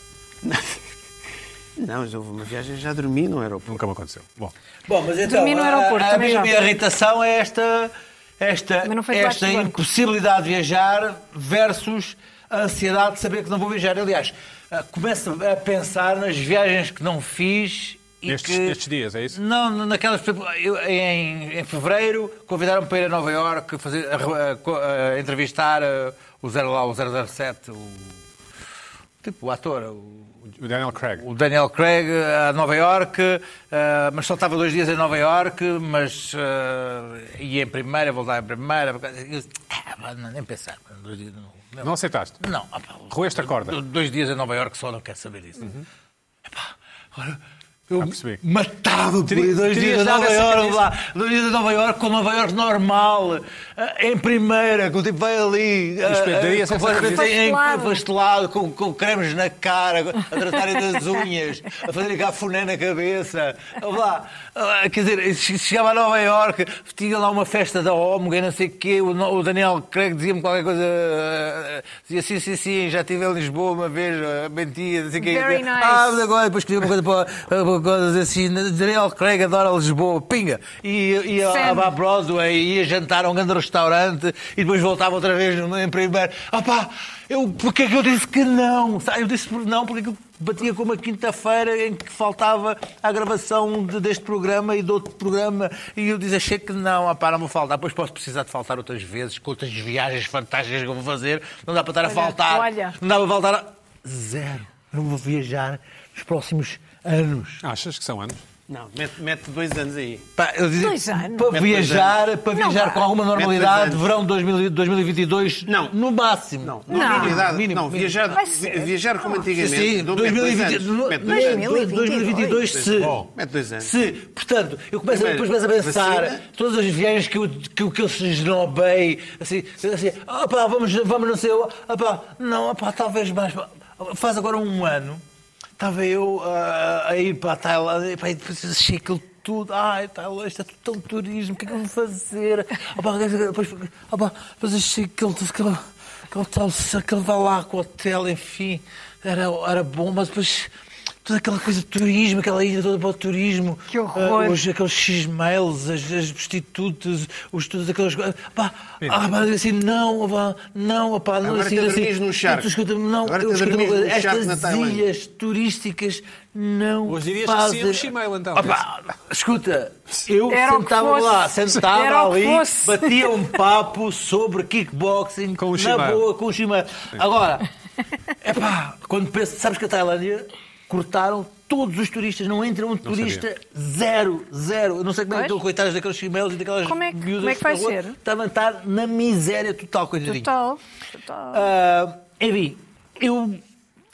Speaker 2: Não, já houve uma viagem, já dormi no aeroporto.
Speaker 1: Nunca me aconteceu. Bom,
Speaker 4: Bom, mas então,
Speaker 3: Dormi no aeroporto,
Speaker 4: a, a
Speaker 3: também
Speaker 4: minha,
Speaker 3: já.
Speaker 4: minha irritação é esta, esta,
Speaker 3: Mas não foi debaixo
Speaker 4: esta
Speaker 3: do banco.
Speaker 4: impossibilidade de viajar versus a ansiedade de saber que não vou viajar. Aliás, ah, começo a pensar nas viagens que não fiz e
Speaker 1: Nestes-
Speaker 4: que...
Speaker 1: nestes dias, é isso?
Speaker 4: Não, n- naquelas. por exemplo, eu- Em, em fevereiro, convidaram-me para ir a Nova Iorque fazer, a, a- co- a entrevistar ah, o, zero, lá, o 007, o, tipo, o ator, o
Speaker 1: o Daniel Craig.
Speaker 4: o Daniel Craig eh, a Nova York, eh, mas só estava dois dias em Nova York, mas eh, ia em primeira, voltava em primeira. Eu disse, "Ah, pá, não, nem pensar, dois dias não. não."
Speaker 1: Não aceitaste?
Speaker 4: Não, ah, pá,
Speaker 1: Rui, esta corda.
Speaker 4: do- Dois dias em Nova York só não quero saber disso. Epá, agora, eu
Speaker 1: Uhum. Já percebi.
Speaker 4: matava por ir
Speaker 1: terias
Speaker 4: dois dias em
Speaker 1: dado
Speaker 4: Nova
Speaker 1: essa
Speaker 4: York,
Speaker 1: camisa.
Speaker 4: lá, dois dias em Nova York com Nova York normal, ah, em primeira, com o tipo vai ali, ah,
Speaker 1: Espera,
Speaker 4: ah,
Speaker 1: darias
Speaker 4: com-
Speaker 1: essa camisa?
Speaker 4: em- em-
Speaker 3: Pastelado.
Speaker 4: pastelado, com, com cremes na cara, a tratarem das unhas, a fazer cafuné na cabeça. Vamos lá. Ah, Quer dizer, che- chegava a Nova Iorque, tinha lá uma festa da Omega, não sei o quê, o no- o Daniel Craig dizia-me qualquer coisa, ah, dizia sim, sim, sim, já estive em Lisboa uma vez, ah, mentia, não sei o quê.
Speaker 3: Very nice.
Speaker 4: Ah, mas agora depois queria uma coisa para uma coisa assim, Daniel Craig adora Lisboa, pinga. E e ia
Speaker 3: Sam.
Speaker 4: à Broadway, ia jantar a um grande restaurante e depois voltava outra vez no- em primeiro. Ah pá, eu, porque é que eu disse que não? Sabe, Eu disse por não porque aquilo batia com uma quinta-feira em que faltava a gravação de- deste programa e de outro programa e eu disse, achei que não, ah pá, não vou faltar. Depois posso precisar de faltar outras vezes, com outras viagens fantásticas que eu vou fazer, não dá para estar a faltar.
Speaker 3: olha.
Speaker 4: Não dá para faltar. a- Zero. Eu Não vou viajar nos próximos anos.
Speaker 1: Achas que são anos?
Speaker 2: Não, mete, mete dois anos aí.
Speaker 4: Pá, eu dizia-
Speaker 3: Dois anos.
Speaker 4: Para
Speaker 2: dois
Speaker 4: viajar, para viajar
Speaker 3: dá.
Speaker 4: com alguma
Speaker 2: Mete dois
Speaker 4: normalidade,
Speaker 2: anos.
Speaker 4: verão 2000 2022,
Speaker 2: Não.
Speaker 4: no máximo.
Speaker 2: Não,
Speaker 3: Não.
Speaker 2: normalidade.
Speaker 4: Mínimo,
Speaker 2: não,
Speaker 4: mínimo.
Speaker 2: viajar,
Speaker 3: Vai ser.
Speaker 2: vi- viajar como
Speaker 4: Sim,
Speaker 2: antigamente.
Speaker 4: sim,
Speaker 2: do- mete dois
Speaker 4: 2020
Speaker 2: anos, mete dois anos.
Speaker 4: 2022, 2022 se.
Speaker 2: Bom, mete dois anos.
Speaker 4: Se, portanto, eu começo, a-
Speaker 2: Primeiro,
Speaker 4: depois começo a pensar
Speaker 2: vacina.
Speaker 4: todas as viagens que eu, que, eu- que eu se esnobei, assim, assim, opá, vamos, vamos não sei, opá, não, opá, talvez mais, faz agora um ano, estava eu ah, a ir para a Tailândia, pá, e depois achei aquilo tudo, ai, Tailândia, isto é tudo tão turismo, o que é que eu vou fazer? Opá, depois, opá, depois achei aquilo, tudo, aquele, aquele, tal- aquele vai lá com o hotel, enfim, era, era bom, mas depois... Toda aquela coisa de turismo, aquela ilha toda para o turismo.
Speaker 3: Que horror.
Speaker 4: Ah, os- aqueles x-mails, as, as prostitutas, os todas aquelas coisas. Pá, ah, pá, assim, não, pá, não, pá, não,
Speaker 2: Agora
Speaker 4: assim,
Speaker 2: te
Speaker 4: assim,
Speaker 2: dormias num charco.
Speaker 4: tu escuta-me, não,
Speaker 2: Agora
Speaker 4: eu
Speaker 2: te
Speaker 4: escuta-me,
Speaker 2: dormias num charco na
Speaker 4: estas
Speaker 2: Tailândia.
Speaker 4: ilhas turísticas não
Speaker 1: Hoje dirias que
Speaker 4: fazem...
Speaker 1: sim, um x-mail, então.
Speaker 4: Ah, pá, escuta, eu
Speaker 3: Era o que
Speaker 4: sentava
Speaker 3: fosse.
Speaker 4: lá, sentava
Speaker 3: Era o que
Speaker 4: ali,
Speaker 3: fosse.
Speaker 4: batia um papo sobre kickboxing
Speaker 1: Com o
Speaker 4: na
Speaker 1: Shimaev.
Speaker 4: boa com o Shimaev. Agora, é pá, quando penso, sabes que a Tailândia cortaram todos os turistas, não entra um turista zero, zero. Eu não sei como é que
Speaker 3: Pois.
Speaker 4: estão coitados daqueles chimelos e daquelas
Speaker 3: Como é que-
Speaker 4: miúdas
Speaker 3: como é que vai
Speaker 4: na rua,
Speaker 3: ser?
Speaker 4: Estavam a estar na miséria total, coitadinho.
Speaker 3: Total. Total.
Speaker 4: Ah, enfim, eu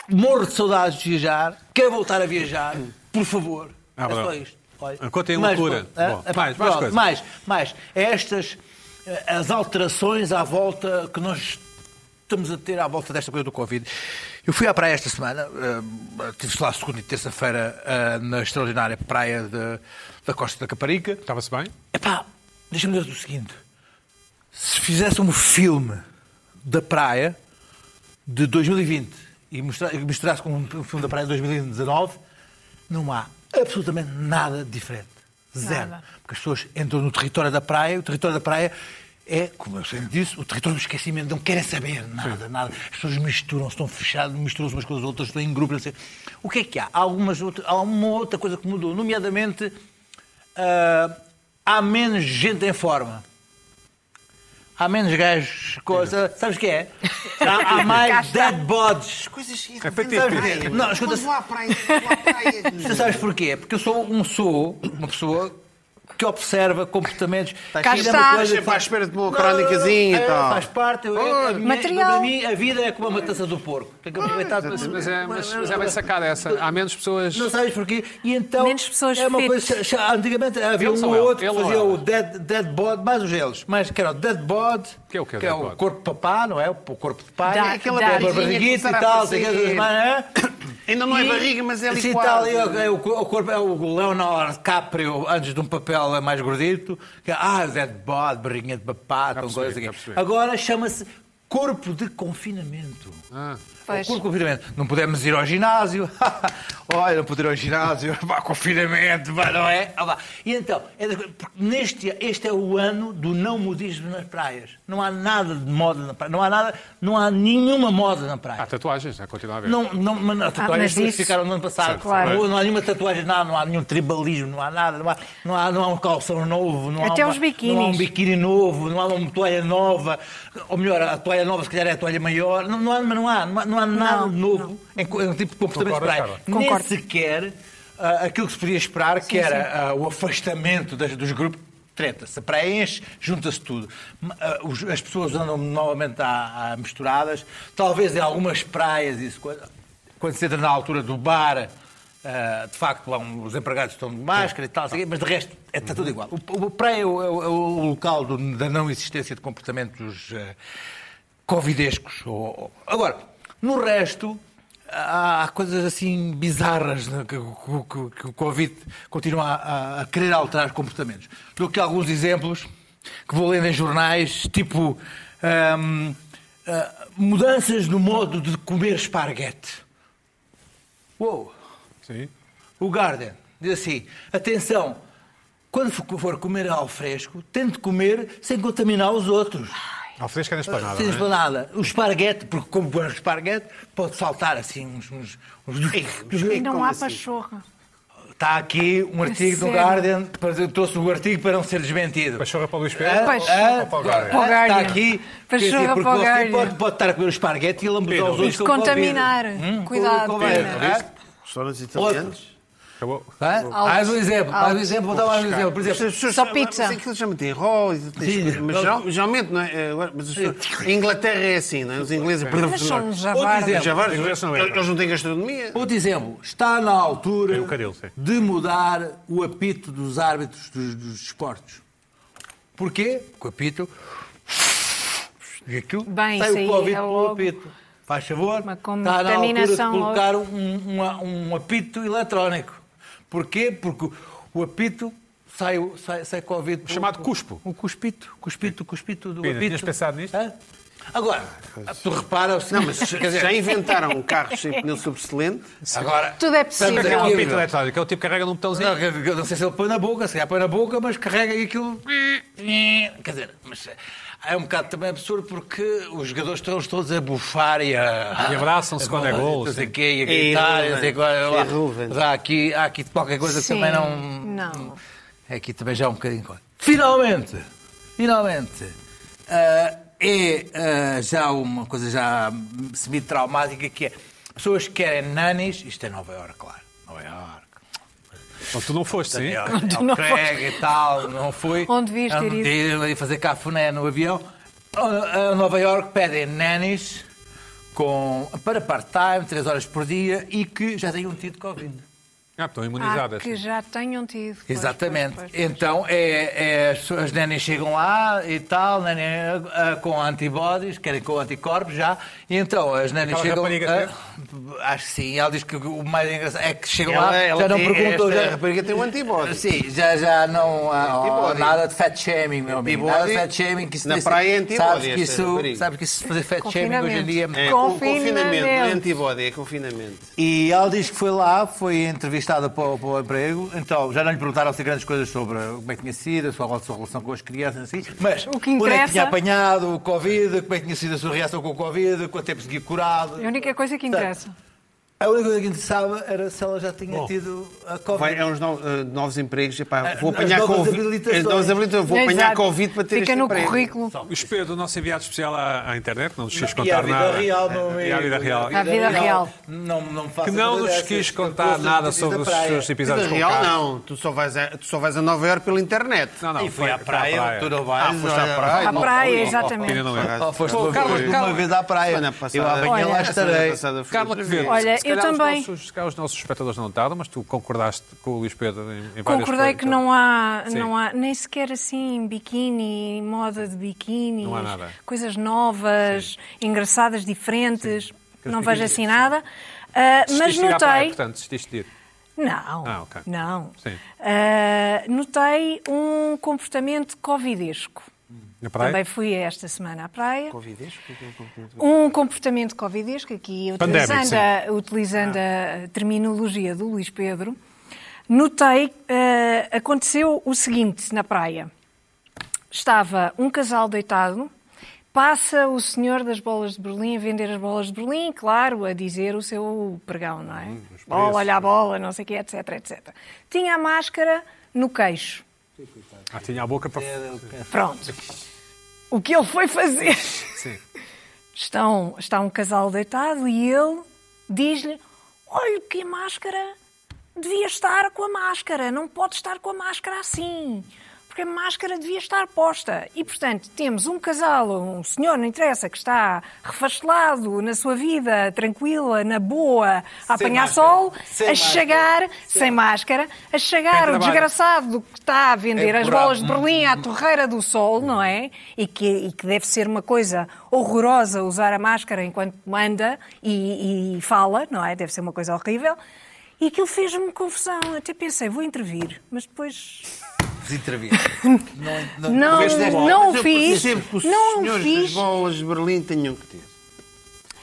Speaker 4: morro de saudades de viajar, quero voltar a viajar, por favor.
Speaker 1: Ah,
Speaker 4: é só
Speaker 1: pronto.
Speaker 4: isto. Olha.
Speaker 1: Ah, contem a
Speaker 4: Mais,
Speaker 1: loucura.
Speaker 4: pronto, ah,
Speaker 1: Bom,
Speaker 4: ah,
Speaker 1: mais, mais
Speaker 4: pronto,
Speaker 1: coisas.
Speaker 4: Mais, mais. É Estas, eh, as alterações à volta que nós estamos a ter à volta desta coisa do Covid. Eu fui à praia esta semana, eh, estive lá segunda e terça-feira eh, na extraordinária praia de- da Costa da Caparica.
Speaker 1: Estava-se bem?
Speaker 4: Epá, deixa-me dizer o seguinte. Se fizesse um filme da praia de 2020 e mostra- e misturasse com um filme da praia de 2019, não há absolutamente nada diferente. Zero.
Speaker 3: Nada.
Speaker 4: Porque as pessoas entram no território da praia e o território da praia é, como eu sempre disse, o território do esquecimento. Não querem saber nada, nada. As pessoas misturam-se, estão fechadas, misturam-se umas com as outras, estão em grupo. Não sei. O que é que há? Há, algumas outras, há uma outra coisa que mudou, nomeadamente ah, há menos gente em forma. Há menos gajos, coisa. Sabes o que é? Há, há
Speaker 3: Cá
Speaker 4: mais
Speaker 3: está.
Speaker 4: dead bodies.
Speaker 2: Coisas
Speaker 1: É feito
Speaker 4: isso. Não, escuta-
Speaker 2: Vou à praia, vou à praia.
Speaker 4: Tu sabes porquê? Porque eu sou um sou, uma pessoa que observa comportamentos.
Speaker 3: Cá
Speaker 4: Isso é
Speaker 3: está.
Speaker 4: uma coisa que
Speaker 2: Sempre à
Speaker 4: faz-
Speaker 2: espera de
Speaker 4: Não,
Speaker 2: uma
Speaker 4: não, não,
Speaker 2: crónicazinha
Speaker 4: é,
Speaker 2: e tal.
Speaker 4: Faz parte. Eu, a minha-
Speaker 3: Material.
Speaker 4: Para mim, a vida é como a matança do porco. Tem que aproveitar para-
Speaker 1: Mas é, mas, mas é bem sacada essa. Há menos pessoas.
Speaker 4: Não sabes porquê? E então.
Speaker 3: Menos pessoas
Speaker 4: é uma
Speaker 3: fit.
Speaker 4: coisa, já- Antigamente havia
Speaker 1: Eles
Speaker 4: um
Speaker 1: ou
Speaker 4: ou
Speaker 1: ela?
Speaker 4: outro que
Speaker 1: Ele ou
Speaker 4: fazia
Speaker 1: ela?
Speaker 4: o dead, dead body, mais os eles, mas que era o dead body,
Speaker 1: Que é o quê, o
Speaker 4: que é
Speaker 1: dead
Speaker 4: o
Speaker 1: body?
Speaker 4: corpo de papá, não é? O corpo de pai,
Speaker 3: Dá-
Speaker 4: aquela
Speaker 3: dá.
Speaker 4: barriguita e
Speaker 2: Começar a
Speaker 4: tal, sei que
Speaker 2: aparecer.
Speaker 4: as manas.
Speaker 2: Ainda não é barriga, mas é ali
Speaker 4: Sim,
Speaker 2: quase.
Speaker 4: tal, é, é o, co- o corpo é o Leonardo DiCaprio antes de um papel mais gordito. Que, é, ah, o dead body, barriguinha de papá, tal
Speaker 1: percebi,
Speaker 4: coisa.
Speaker 1: já
Speaker 4: assim.
Speaker 1: percebi.
Speaker 4: Agora chama-se corpo de confinamento.
Speaker 3: Pois.
Speaker 4: O corpo de confinamento. Não podemos ir ao ginásio. Olha, não poder ir ao ginásio. Vá, confinamento, vá, não é? Ah, vá. E então, é das coisas- porque neste, este é o ano do não modismo nas praias. Não há nada de moda na praia. Não há, nada, não há nenhuma moda na praia.
Speaker 1: Há tatuagens, já continua a haver.
Speaker 4: Não, não, mas não,
Speaker 3: Ah, mas
Speaker 4: tatuagens
Speaker 3: isso-
Speaker 4: ficaram no ano passado.
Speaker 3: Claro.
Speaker 4: Não, não há nenhuma tatuagem, não, há- não há nenhum tribalismo, não há nada, não há, não há, não há um calção novo, não
Speaker 3: Até
Speaker 4: há, uma-
Speaker 3: os biquinis.
Speaker 4: não há um biquíni novo, não há uma toalha nova, ou melhor, a toalha nova se calhar é a toalha maior, não, não há, mas não há, não há, não há nada
Speaker 3: Não,
Speaker 4: de novo em, co- em tipo de comportamento
Speaker 1: Concordas,
Speaker 4: de praia.
Speaker 1: Carla?
Speaker 4: Nem
Speaker 3: Concordo.
Speaker 4: sequer ah, aquilo que se podia esperar, que era ah, o afastamento das- dos grupos. Treta-se, a praia enche, junta-se tudo. Ma- ah, os- as pessoas andam novamente à, à misturadas. Talvez em algumas praias, isso, quando, quando se entra na altura do bar, ah, de facto, lá um- os empregados estão de máscara e tal, não sei o quê, mas de resto é, está tudo igual. O, o praia é o, é o- é o local do- da não existência de comportamentos ah, covidescos. ou- ou- Agora, no resto, há, há coisas assim bizarras né, que, o- que o- que o Covid continua a, a querer alterar os comportamentos. Dou aqui alguns exemplos que vou lendo em jornais, tipo hum, ah, mudanças no modo de comer esparguete. Uou!
Speaker 1: Sim.
Speaker 4: O Garden diz assim: atenção, quando for comer ao fresco, tente comer sem contaminar os outros.
Speaker 1: Ao fresco é na esplanada.
Speaker 4: Sem
Speaker 1: não é?
Speaker 4: esplanada. O esparguete, porque como põe o esparguete, pode saltar assim uns. uns, uns- é
Speaker 3: E não há pachorra.
Speaker 4: Está aqui um artigo do
Speaker 3: sério?
Speaker 4: Guardian, para- trouxe o artigo para não ser desmentido.
Speaker 1: Pachorra para o Luís Pedro?
Speaker 4: Ah,
Speaker 3: Pois.
Speaker 4: ah,
Speaker 1: Ou para o
Speaker 4: ah,
Speaker 1: Guardian?
Speaker 3: Para o Guardian.
Speaker 4: Está aqui, quer dizer,
Speaker 3: Pachorra
Speaker 4: porque
Speaker 3: para o
Speaker 4: você
Speaker 3: Guardian.
Speaker 4: pode, pode estar a comer o esparguete e lambuzar os outros. com o
Speaker 3: Contaminar.
Speaker 4: Covid. Hum?
Speaker 3: Cuidado,
Speaker 4: Com o Covid.
Speaker 3: Pena.
Speaker 4: Ah,
Speaker 2: Restaurantes
Speaker 4: Outros.
Speaker 2: italianos.
Speaker 1: Acabou.
Speaker 4: Hã? Mais um exemplo, mais um exemplo, vou dar mais um exemplo. Por exemplo,
Speaker 3: Só pizza.
Speaker 2: Mas aquilo já metem rolls, tens
Speaker 4: Sim.
Speaker 2: coisas, mas geral- geralmente, não é? É, agora- Mas as pessoas- a Inglaterra é assim, não é? Os ingleses
Speaker 3: Mas são uns
Speaker 4: dizer,
Speaker 3: javardas.
Speaker 2: Já vários,
Speaker 1: ingleses não é,
Speaker 2: eles não têm gastronomia.
Speaker 4: outro exemplo, está na altura
Speaker 1: É o Cadelo, sim.
Speaker 4: de mudar o apito dos árbitros dos, dos esportes. Porquê? Porque o apito. E aquilo
Speaker 3: Bem, isso
Speaker 4: tem
Speaker 3: aí
Speaker 4: o Covid
Speaker 3: é
Speaker 4: pelo
Speaker 3: logo
Speaker 4: apito. Faz favor,
Speaker 3: uma
Speaker 4: está na altura de
Speaker 3: contaminação
Speaker 4: colocar um, uma- um apito eletrónico. Porquê? Porque o apito sai, o- sai, sai Covid. pelo-
Speaker 1: chamado cuspo.
Speaker 4: O cuspito, cuspito, cuspito do
Speaker 1: Pina,
Speaker 4: apito.
Speaker 1: tinhas pensado nisto?
Speaker 4: Hã? Agora, tu repara o seguinte,
Speaker 2: Não, mas
Speaker 4: quer dizer,
Speaker 2: já inventaram carros sem pneu sobressalente.
Speaker 4: agora,
Speaker 3: Tudo é
Speaker 1: O
Speaker 3: possível.
Speaker 1: que é que é um
Speaker 4: Sim.
Speaker 1: apito eletrónico? É o tipo que carrega num botãozinho.
Speaker 4: Não, eu- eu não sei se ele põe na boca, se calhar põe na boca, mas carrega e aquilo.
Speaker 5: Quer dizer, mas é um bocado também absurdo porque os jogadores estão todos a bufar e a.
Speaker 1: E abraçam-se quando é gol.
Speaker 5: Não sei
Speaker 1: sim.
Speaker 5: o quê, e a gritar, e não sei o quê, lá.
Speaker 2: Irrelevant.
Speaker 5: Mas há aqui, há aqui qualquer coisa que
Speaker 3: Sim,
Speaker 5: também não.
Speaker 3: não.
Speaker 5: É aqui também já é um bocadinho. coisa. Finalmente!
Speaker 4: Finalmente, ah, é ah, já uma coisa já semi-traumática que é pessoas que querem nanis, isto é Nova Iorque, claro. Nova Iorque.
Speaker 1: Então, tu não foste, sim?
Speaker 4: Não e tal, não fui.
Speaker 3: Onde devias ter ido?
Speaker 4: ido? fazer cafuné no avião. A Nova York pedem nannies com, para part-time, 3 horas por dia e que já tenham tido Covid.
Speaker 1: Ah, estão
Speaker 3: Ah,
Speaker 1: imunizadas.
Speaker 3: que já tenham tido. Pois,
Speaker 4: Exatamente.
Speaker 3: pois, pois.
Speaker 4: Então, é, é, as- as nenes chegam lá e tal, nene, ah, com antibodies, querem com anticorpos já, e então as nenes
Speaker 1: Aquela
Speaker 4: chegam...
Speaker 1: rapariga
Speaker 4: ah, acho que sim, ela diz que o mais engraçado é que chegam
Speaker 2: Ela-
Speaker 4: lá,
Speaker 2: ela
Speaker 4: já não
Speaker 2: tem-
Speaker 4: perguntam...
Speaker 2: esta
Speaker 4: já-
Speaker 2: rapariga tem um antibody.
Speaker 4: Sim, já, já não há
Speaker 2: Antibody.
Speaker 4: há nada de fat shaming, meu amigo. Nada de
Speaker 2: Antibody.
Speaker 4: fat shaming. Que isso
Speaker 2: Na
Speaker 4: desse-
Speaker 2: praia é antibody
Speaker 4: sabes que,
Speaker 2: esta
Speaker 4: isso,
Speaker 2: rapariga.
Speaker 4: sabes que isso fazer fat shaming hoje em dia...
Speaker 3: Confinamento.
Speaker 2: É,
Speaker 3: Confinamento.
Speaker 2: confinamento, não é antibody, é confinamento.
Speaker 5: E ela diz que foi lá, foi entrevistada para, o- para o emprego, então já não lhe perguntaram se grandes coisas sobre como é que tinha sido, a sua, a sua relação com as crianças, assim, mas
Speaker 3: O
Speaker 5: onde
Speaker 3: que
Speaker 5: é
Speaker 3: interessa-
Speaker 5: que tinha apanhado o Covid, como é que tinha sido a sua reação com o Covid, quanto tempo seguia curado.
Speaker 3: É a única coisa que interessa.
Speaker 5: A única coisa que interessava era se ela já tinha tido a Covid.
Speaker 2: Vai, é uns no- eh, novos empregos. Epá, vou
Speaker 5: Ah, as
Speaker 2: apanhar
Speaker 5: novas
Speaker 2: Covid.
Speaker 5: habilitações.
Speaker 2: as novas habilitações, Vou apanhar
Speaker 3: Exato.
Speaker 2: Covid para ter
Speaker 3: Fica
Speaker 2: este
Speaker 3: no
Speaker 2: emprego.
Speaker 3: currículo.
Speaker 1: O Espelho, o nosso enviado especial à, à internet, não nos quis
Speaker 5: E a
Speaker 1: contar
Speaker 5: vida
Speaker 1: nada.
Speaker 5: real, meu
Speaker 1: E à
Speaker 5: amigo.
Speaker 1: vida real.
Speaker 3: A vida real.
Speaker 5: Não, não faça
Speaker 1: Que não
Speaker 5: coisa
Speaker 1: nos
Speaker 5: dessas,
Speaker 1: quis
Speaker 5: que
Speaker 1: contar
Speaker 5: coisa
Speaker 1: nada
Speaker 5: da
Speaker 1: sobre os
Speaker 5: praia.
Speaker 1: seus episódios
Speaker 2: Vida
Speaker 1: com
Speaker 2: real
Speaker 1: carros.
Speaker 2: não, tu só, vais a, tu só vais a Nova Iorque pela internet.
Speaker 1: Não, não.
Speaker 5: E foi à
Speaker 1: para a
Speaker 5: praia, tu não
Speaker 2: Ah,
Speaker 5: vais.
Speaker 2: foste à
Speaker 5: olha,
Speaker 2: praia.
Speaker 3: À
Speaker 2: não,
Speaker 3: praia,
Speaker 1: Pina
Speaker 3: exatamente.
Speaker 1: não é.
Speaker 5: Oh, foste uma,
Speaker 1: Carlos,
Speaker 5: vez,
Speaker 3: Carlos.
Speaker 5: uma vez à praia.
Speaker 2: Semana passada.
Speaker 5: Eu amanhã lá
Speaker 3: Olha,
Speaker 2: Semana
Speaker 5: estarei.
Speaker 2: passada fui
Speaker 1: Carla
Speaker 2: outra
Speaker 1: Quevedo,
Speaker 2: vez.
Speaker 3: Olha,
Speaker 1: se calhar
Speaker 3: eu
Speaker 1: os
Speaker 3: também.
Speaker 1: Nossos, se calhar os nossos espectadores não notaram, mas tu concordaste com o Luís Pedro em, em várias
Speaker 3: Concordei
Speaker 1: coisas. então.
Speaker 3: que não há,
Speaker 1: Sim.
Speaker 3: não há nem sequer assim biquíni, moda de biquíni,
Speaker 1: Não há nada.
Speaker 3: coisas novas, engraçadas, diferentes. Não
Speaker 1: biquínis,
Speaker 3: vejo assim nada. Ah, mas
Speaker 1: Desististe de ir à
Speaker 3: notei.
Speaker 1: praia, portanto, desististe de ir.
Speaker 3: Não.
Speaker 1: Ah, ok.
Speaker 3: Não.
Speaker 1: Sim.
Speaker 3: Ah, notei um comportamento covidesco.
Speaker 1: Na praia?
Speaker 3: Também fui esta semana à praia.
Speaker 2: Covidesco?
Speaker 3: Um comportamento covidesco, aqui
Speaker 1: Pandémico,
Speaker 3: utilizando, a, utilizando a terminologia do Luís Pedro, notei, eh, aconteceu o seguinte na praia. Estava um casal deitado, passa o senhor das bolas de Berlim a vender as bolas de Berlim, claro, a dizer o seu pregão, não é? bola, olha a bola, não sei o quê, etc, etc. Tinha a máscara no queixo.
Speaker 1: Ah, tinha a boca para...
Speaker 4: É,
Speaker 3: Pronto. O que ele foi fazer?
Speaker 1: Sim.
Speaker 3: Estão, está um casal deitado e ele diz-lhe: Olha, que a máscara devia estar com a máscara, não pode estar com a máscara assim, porque a máscara devia estar posta. E portanto, temos um casal, um senhor, não interessa, que está refastelado na sua vida, tranquila, na boa, a apanhar sol, a chegar, sem máscara, a chegar o
Speaker 1: trabalho.
Speaker 3: desgraçado que está a vender as
Speaker 5: bravo.
Speaker 3: bolas de Berlim à torreira do sol, não é? E que, e que deve ser uma coisa horrorosa usar a máscara enquanto manda e, e fala, não é? Deve ser uma coisa horrível. E aquilo fez-me confusão. Até pensei, vou intervir, mas depois
Speaker 5: Desintervir.
Speaker 3: não, não,
Speaker 2: Mas
Speaker 3: o
Speaker 2: eu
Speaker 3: fiz.
Speaker 2: percebo que os
Speaker 3: Não o
Speaker 2: senhores das
Speaker 3: fiz.
Speaker 2: bolas de Berlim tenham que ter.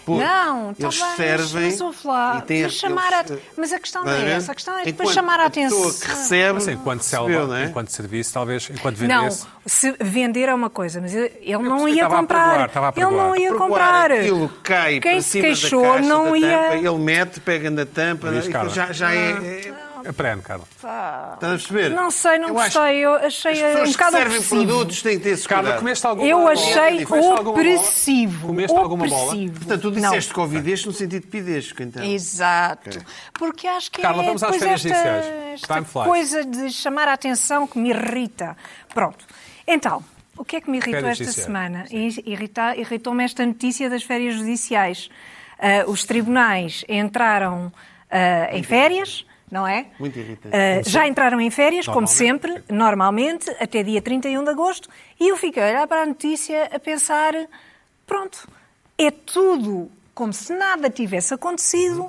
Speaker 2: Porque
Speaker 3: Não, está
Speaker 2: eles
Speaker 3: bem, mas-
Speaker 2: servem
Speaker 3: mas, ouve lá,
Speaker 2: e têm-
Speaker 3: mas chamar a-
Speaker 2: eles-
Speaker 3: mas a questão não
Speaker 2: Estás
Speaker 3: é
Speaker 2: ver?
Speaker 3: essa, a questão é depois
Speaker 2: Enquanto
Speaker 3: chamar a
Speaker 2: pessoa que
Speaker 3: atenção.
Speaker 2: recebe,
Speaker 1: Mas enquanto
Speaker 2: recebeu,
Speaker 1: selva,
Speaker 2: não é?
Speaker 1: enquanto serviço, talvez, enquanto
Speaker 3: Não,
Speaker 1: vendesse...
Speaker 3: se vender é uma coisa, mas ele ele não
Speaker 1: percebi,
Speaker 3: ia
Speaker 1: estava a perdoar,
Speaker 3: comprar.
Speaker 1: estava a
Speaker 3: Ele não
Speaker 1: perdoar.
Speaker 3: ia
Speaker 2: Pergoar
Speaker 3: comprar.
Speaker 2: Aquilo cai
Speaker 3: Quem
Speaker 2: para
Speaker 3: se
Speaker 2: cima
Speaker 3: queixou
Speaker 2: da caixa,
Speaker 3: não
Speaker 2: da
Speaker 3: ia. Ah.
Speaker 2: tampa, ele mete, pega na tampa,
Speaker 1: Luís
Speaker 2: aquilo
Speaker 1: Carlos.
Speaker 2: já, já é, é-
Speaker 1: Aprende, Carla.
Speaker 2: Estás a perceber?
Speaker 3: Não sei, não
Speaker 2: Eu acho
Speaker 3: gostei. Eu
Speaker 2: que
Speaker 3: achei
Speaker 2: As
Speaker 3: um
Speaker 2: pessoas que
Speaker 3: bocado
Speaker 2: servem
Speaker 3: opressivo.
Speaker 2: produtos têm que ter esse
Speaker 1: Carla,
Speaker 2: cuidado.
Speaker 1: comeste alguma
Speaker 3: Eu
Speaker 1: bola?
Speaker 3: achei
Speaker 1: Comeste alguma bola?
Speaker 3: opressivo.
Speaker 1: Comeste alguma bola?
Speaker 3: opressivo.
Speaker 2: Portanto, tu disseste que ouvideste no sentido de pidesco, então.
Speaker 3: Não. Exato. Porque acho que
Speaker 1: Carla,
Speaker 3: é
Speaker 1: vamos às
Speaker 3: depois
Speaker 1: férias
Speaker 3: esta,
Speaker 1: judiciais.
Speaker 3: esta
Speaker 1: Time flies.
Speaker 3: coisa de chamar a atenção que me irrita. Pronto. Então, o que é que me irritou
Speaker 1: Férias
Speaker 3: esta
Speaker 1: judiciais.
Speaker 3: semana? Irrita- Irritou-me esta notícia das férias judiciais. Ah, os tribunais entraram ah, em férias, não é?
Speaker 2: Muito irritante.
Speaker 3: Ah, já entraram em férias, como sempre, normalmente, até dia 31 de agosto, e eu fiquei a olhar para a notícia a pensar: pronto, é tudo como se nada tivesse acontecido.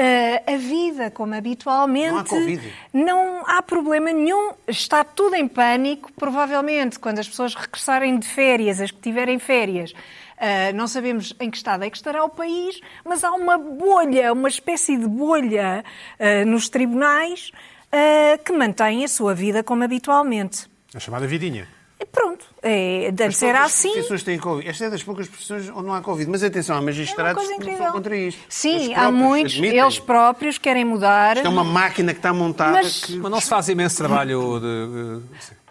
Speaker 3: Ah, a vida, como habitualmente,
Speaker 2: Não há Covid.
Speaker 3: não há problema nenhum, está tudo em pânico. Provavelmente, quando as pessoas regressarem de férias, as que tiverem férias, ah, não sabemos em que estado é que estará o país, mas há uma bolha, uma espécie de bolha ah, nos tribunais ah, que mantém a sua vida como habitualmente.
Speaker 1: A É chamada vidinha.
Speaker 3: E pronto, é,
Speaker 2: As
Speaker 3: antes era
Speaker 2: poucas
Speaker 3: assim.
Speaker 2: profissões têm Covid. Esta é das poucas profissões onde não há Covid. Mas atenção, há
Speaker 3: É uma
Speaker 2: magistrados
Speaker 3: coisa
Speaker 2: que
Speaker 3: incrível.
Speaker 2: são contra isto.
Speaker 3: Sim,
Speaker 2: Eles
Speaker 3: há
Speaker 2: próprios
Speaker 3: muitos,
Speaker 2: admitem.
Speaker 3: eles próprios querem mudar.
Speaker 2: Isto é uma máquina que está montada
Speaker 3: Mas-
Speaker 2: que...
Speaker 1: Mas não se faz imenso trabalho de.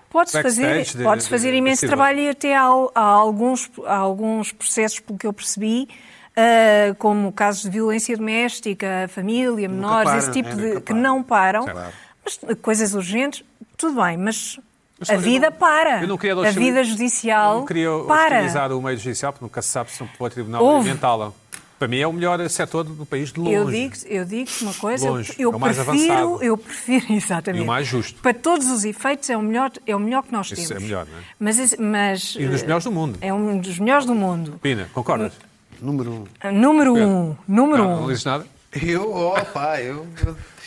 Speaker 3: Pode-se
Speaker 1: Backstage
Speaker 3: fazer,
Speaker 1: de-
Speaker 3: pode
Speaker 1: de-
Speaker 3: fazer
Speaker 1: de-
Speaker 3: imenso
Speaker 1: de-
Speaker 3: trabalho e até há, há alguns, há alguns processos, pelo que eu percebi, ah, como casos de violência doméstica, família, menores,
Speaker 2: param,
Speaker 3: esse tipo
Speaker 2: é,
Speaker 3: de.
Speaker 2: nunca
Speaker 3: que
Speaker 2: param.
Speaker 3: não param.
Speaker 1: Claro.
Speaker 3: Mas eh, coisas urgentes, tudo bem, mas.
Speaker 1: Mas
Speaker 3: a
Speaker 1: olha, eu
Speaker 3: vida
Speaker 1: não-
Speaker 3: para.
Speaker 1: eu não queria
Speaker 3: a vida judicial
Speaker 1: Eu não queria
Speaker 3: para.
Speaker 1: utilizar o meio judicial, porque nunca se sabe se não pode o Tribunal
Speaker 3: Houve.
Speaker 1: Ambiental. Para mim é o melhor setor do país de longe.
Speaker 3: Eu digo, eu digo uma coisa, eu-
Speaker 1: Longe,
Speaker 3: eu,
Speaker 1: é o mais
Speaker 3: prefiro,
Speaker 1: avançado.
Speaker 3: eu prefiro exatamente.
Speaker 1: E o mais justo.
Speaker 3: Para todos os efeitos é o melhor, é o melhor que nós
Speaker 1: Isso é
Speaker 3: temos.
Speaker 1: melhor, não é?
Speaker 3: Mas esse- mas
Speaker 1: E um dos
Speaker 3: eh,
Speaker 1: melhores do mundo.
Speaker 3: É um dos melhores do mundo.
Speaker 1: Pina, concordas?
Speaker 2: Número um.
Speaker 3: Número um. Número
Speaker 1: Não, não
Speaker 3: um.
Speaker 1: dizes nada?
Speaker 6: Eu, opa, eu.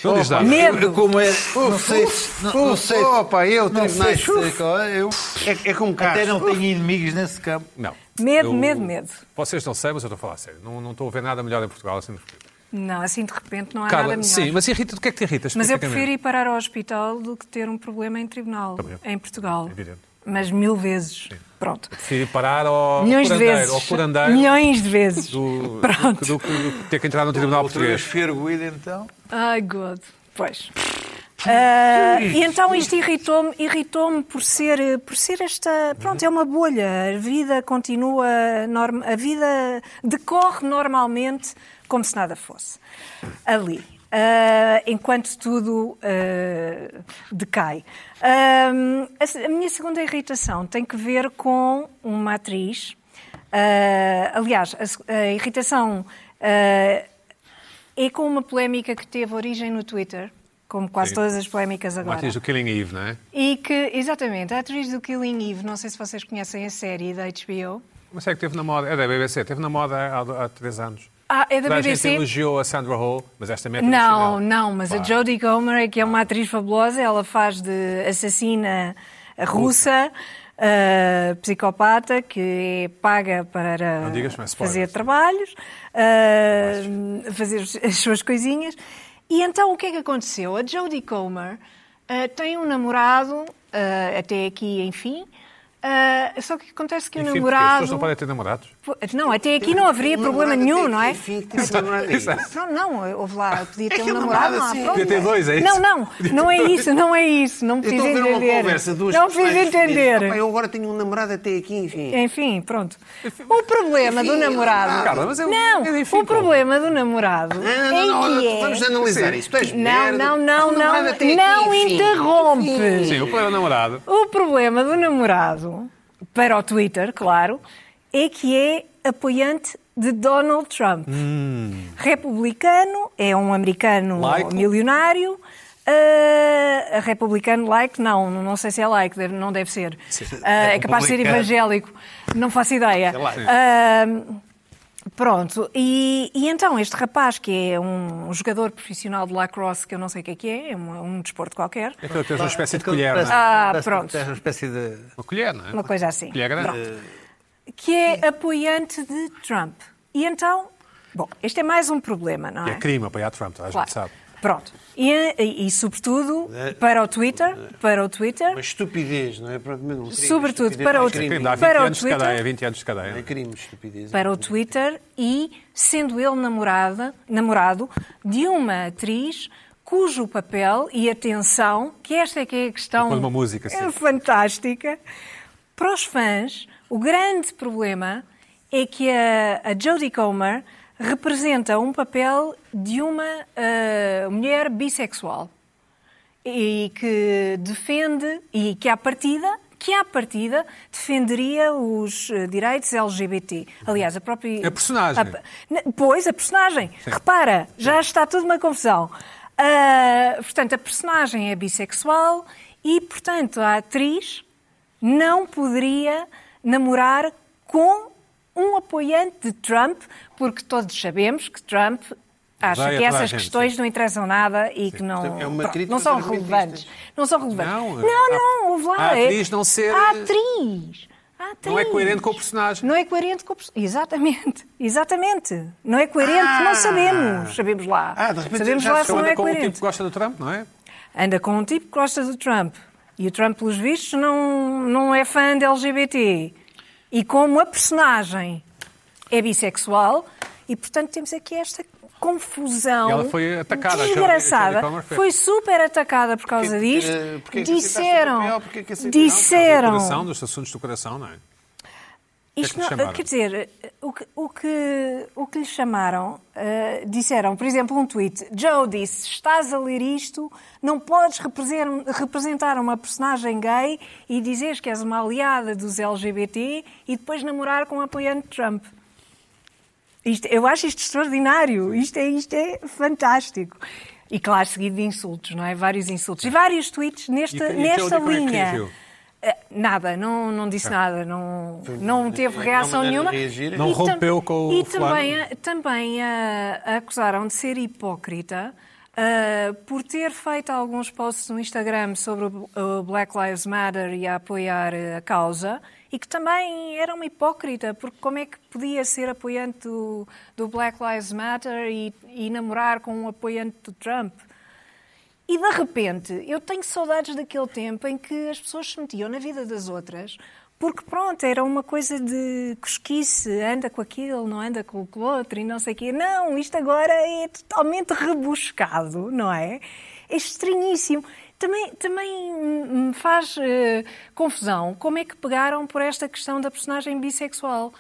Speaker 1: Não dizes nada.
Speaker 3: Medo.
Speaker 6: Como é. Não sei se. Não, não sei
Speaker 2: Uf,
Speaker 6: se-
Speaker 2: opa, eu
Speaker 6: não sei
Speaker 2: tribunais.
Speaker 6: se. Eu
Speaker 2: É, é como
Speaker 6: até
Speaker 2: carros.
Speaker 6: não tenho inimigos nesse campo.
Speaker 1: Não.
Speaker 3: Medo, medo, medo.
Speaker 1: Vocês não sabem, mas eu estou a falar a sério. Não, não estou a ver nada melhor em Portugal assim de repente.
Speaker 3: Não, assim de repente não há nada
Speaker 1: Carla,
Speaker 3: melhor.
Speaker 1: sim, mas irrita, do que é que te irritas?
Speaker 3: Mas eu prefiro
Speaker 1: especificamente?
Speaker 3: ir parar ao hospital do que ter um problema em tribunal,
Speaker 1: Também.
Speaker 3: em Portugal.
Speaker 1: Evidente.
Speaker 3: Mas mil vezes. Pronto.
Speaker 1: Prefiro ir parar ao
Speaker 3: Milhões de
Speaker 1: curandeiro,
Speaker 3: vezes.
Speaker 1: ao curandeiro
Speaker 3: Milhões de vezes.
Speaker 1: do,
Speaker 3: Pronto.
Speaker 1: do, do, do- ter que entrar no Tribunal
Speaker 6: Outra vez
Speaker 1: Português.
Speaker 6: ferguido, então.
Speaker 3: Ai, God. Pois. Ah, e então isto irritou-me irritou por ser por ser esta pronto é uma bolha a vida continua norm, a vida decorre normalmente como se nada fosse ali ah, enquanto tudo ah, decai Ah, a se- a minha segunda irritação tem que ver com uma atriz Ah, aliás a, se- a irritação ah, é com uma polémica que teve origem no Twitter, como quase
Speaker 1: Sim.
Speaker 3: todas as polémicas
Speaker 1: Uma
Speaker 3: agora.
Speaker 1: atriz do Killing Eve, não é?
Speaker 3: E que, exatamente, a atriz do Killing Eve, não sei se vocês conhecem a série da HBO.
Speaker 1: Mas é que teve na moda, é da BBC, teve na moda há, há três anos.
Speaker 3: Ah, é da
Speaker 1: Toda a
Speaker 3: BBC?
Speaker 1: gente elogiou a Sandra Oh, mas esta meta
Speaker 3: Não, não, mas a Jodie Comer é que é uma atriz fabulosa, ela faz de assassina russa, ah, psicopata, que é paga para
Speaker 1: Não é digas, mas
Speaker 3: fazer
Speaker 1: spoilers.
Speaker 3: trabalhos,
Speaker 1: é
Speaker 3: ah, fazer as suas coisinhas. E então o que é que aconteceu? A Jodie Comer ah, tem um namorado, ah, até aqui, enfim, ah, só que acontece que o
Speaker 1: Enfim, porque As
Speaker 3: namorado...
Speaker 1: pessoas não podem ter namorados.
Speaker 3: Não, até aqui não haveria problema nenhum, não é?
Speaker 2: Enfim, que tem namorado. Exato.
Speaker 3: Não, não, houve lá, podia ter um
Speaker 2: Aquele
Speaker 3: namorado,
Speaker 2: namorado
Speaker 3: não há
Speaker 2: assim.
Speaker 3: problema.
Speaker 1: Podia ter dois, é isso?
Speaker 3: Não, não, não é isso, não é isso, não me
Speaker 2: Eu
Speaker 3: fiz
Speaker 2: estou a ver
Speaker 3: entender.
Speaker 2: uma conversa, duas
Speaker 3: não me
Speaker 2: pessoas
Speaker 3: fiz
Speaker 2: definidas. Opa,
Speaker 3: entender.
Speaker 2: eu agora tenho um namorado até aqui, enfim.
Speaker 3: Enfim, pronto. O problema do
Speaker 2: ah,
Speaker 3: namorado.
Speaker 1: Carla, mas é um-
Speaker 3: Não,
Speaker 1: é enfim,
Speaker 3: o problema do namorado
Speaker 2: Não, não, não,
Speaker 3: é que é.
Speaker 2: vamos analisar isso. Tu és
Speaker 3: Não,
Speaker 2: mulher,
Speaker 3: não,
Speaker 2: tens
Speaker 3: não,
Speaker 2: um namorado
Speaker 3: não,
Speaker 2: até aqui,
Speaker 3: não
Speaker 2: enfim.
Speaker 3: interrompe.
Speaker 1: Sim, o problema é o namorado.
Speaker 3: O problema do namorado, para o Twitter, claro, é que é apoiante de Donald Trump. Republicano, é um americano
Speaker 1: Hum. Laico.
Speaker 3: milionário. ah, republicano like, não, não sei se é like, deve- não deve ser. Ah, é capaz de ser
Speaker 6: Republicano.
Speaker 3: evangélico, não faço
Speaker 1: É
Speaker 3: ideia. Ah, Pronto, e, e então este rapaz, que é um jogador profissional de lacrosse, que eu não sei o que é que é, é um, um desporto qualquer,
Speaker 1: É aquilo que tens uma espécie de colher, não
Speaker 6: então Parece-
Speaker 1: é?
Speaker 3: Ah,
Speaker 6: parece que
Speaker 3: pronto.
Speaker 6: tens Uma espécie de.
Speaker 1: Uma colher, não é?
Speaker 3: uma coisa assim.
Speaker 1: Colher grande.
Speaker 3: que é apoiante de Trump. E então, bom, este é mais um problema, não
Speaker 1: Que
Speaker 3: é?
Speaker 1: é crime apoiar Trump, toda a gente sabe.
Speaker 3: Pronto. E, e, e, sobretudo para o Twitter, para o
Speaker 2: Uma
Speaker 3: Twitter,
Speaker 2: estupidez, não é? Propriamente um crime.
Speaker 3: Sobretudo
Speaker 2: Estupidez
Speaker 3: para
Speaker 2: não é
Speaker 3: outro-
Speaker 1: É
Speaker 2: crime.
Speaker 1: crime, dá 20
Speaker 3: Para o
Speaker 1: anos de
Speaker 3: Twitter-
Speaker 1: cadeia, 20 anos de cadeia.
Speaker 2: Não é crime, estupidez.
Speaker 3: para o Twitter e sendo ele namorada, namorado de uma atriz cujo papel, e atenção, que esta é que é a questão é
Speaker 1: Põe uma música, sim.
Speaker 3: fantástica, para os fãs, o grande problema é que a, a Jodie Comer representa um papel de uma ah, mulher bissexual e que defende e que à partida que à partida defenderia os eh, direitos LGBT. Aliás, a própria
Speaker 1: A personagem.
Speaker 3: a- na- Pois, a personagem. Repara, já está tudo uma confusão. Ah, portanto, a personagem é bissexual e, portanto, a atriz não poderia namorar com um apoiante de Trump, porque todos sabemos que Trump acha
Speaker 1: Odeia
Speaker 3: que
Speaker 1: toda a
Speaker 3: essas
Speaker 1: gente,
Speaker 3: questões não interessam nada e que não,
Speaker 2: É uma
Speaker 3: pronto,
Speaker 2: crítica
Speaker 3: não são
Speaker 2: aos artistas.
Speaker 3: relevantes. Não são relevantes.
Speaker 1: Não,
Speaker 3: não,
Speaker 1: a-
Speaker 3: não, houve lá.
Speaker 1: a
Speaker 3: é-
Speaker 1: atriz não ser-
Speaker 3: A atriz. A atriz.
Speaker 1: Não é coerente com o personagem.
Speaker 3: Não é coerente com o perso- Exatamente, exatamente. Não é coerente,
Speaker 1: Ah!
Speaker 3: não sabemos. Sabemos lá.
Speaker 2: Ah, de repente
Speaker 3: sabemos
Speaker 2: já
Speaker 3: lá
Speaker 2: se
Speaker 3: se não
Speaker 1: Anda
Speaker 3: é
Speaker 1: com o
Speaker 3: coerente.
Speaker 1: tipo que gosta do Trump, não é?
Speaker 3: Anda com um tipo que gosta do Trump. E o Trump, pelos vistos, não, não é fã de LGBT. E como a personagem é bissexual, e portanto temos aqui esta confusão
Speaker 1: E ela foi atacada, a Jodie- a Jodie
Speaker 3: desgraçada
Speaker 1: Comer foi-
Speaker 3: foi super atacada por causa
Speaker 2: Porquê que-
Speaker 3: disto
Speaker 2: porquê que aceitaste o
Speaker 3: disseram
Speaker 2: papel? Porquê que aceitaste?
Speaker 1: Do coração,
Speaker 3: disseram
Speaker 1: dos assuntos do coração, não é?
Speaker 3: isto
Speaker 1: que lhe
Speaker 3: não,
Speaker 1: chamaram?
Speaker 3: quer dizer, o que, o que, o que lhe chamaram, eh, disseram, por exemplo, um tweet, Joe disse, estás a ler isto, não podes represen- representar uma personagem gay e dizeres que és uma aliada dos LGBT e depois namorar com um apoiante de Trump. Isto- eu acho isto extraordinário, isto é, isto é fantástico. E claro, seguido de insultos, não é? Vários insultos. E vários tweets
Speaker 1: E-
Speaker 3: nesta,
Speaker 1: e
Speaker 3: nesta
Speaker 1: Jodie, como é que
Speaker 3: linha.
Speaker 1: reagiu?
Speaker 3: Eh, Nada, não, não disse nada, não, não teve
Speaker 2: não maneira
Speaker 3: reação
Speaker 2: de
Speaker 3: nenhuma.
Speaker 2: reagir.
Speaker 1: Não
Speaker 3: E tam-
Speaker 1: rompeu com o
Speaker 3: E também,
Speaker 1: fulano?
Speaker 3: a- também a, a acusaram de ser hipócrita ah, por ter feito alguns posts no Instagram sobre o, o Black Lives Matter e a apoiar eh, a causa e que também era uma hipócrita, porque como é que podia ser apoiante do, do Black Lives Matter e, e namorar com um apoiante do Trump? E de repente, eu tenho saudades daquele tempo em que as pessoas se metiam na vida das outras, porque pronto, era uma coisa de cosquice, anda com aquele, não anda com o outro e não sei o quê. Não, isto agora é totalmente rebuscado, não é? É estranhíssimo. Também, também me faz eh, confusão como é que pegaram por esta questão da personagem bissexual.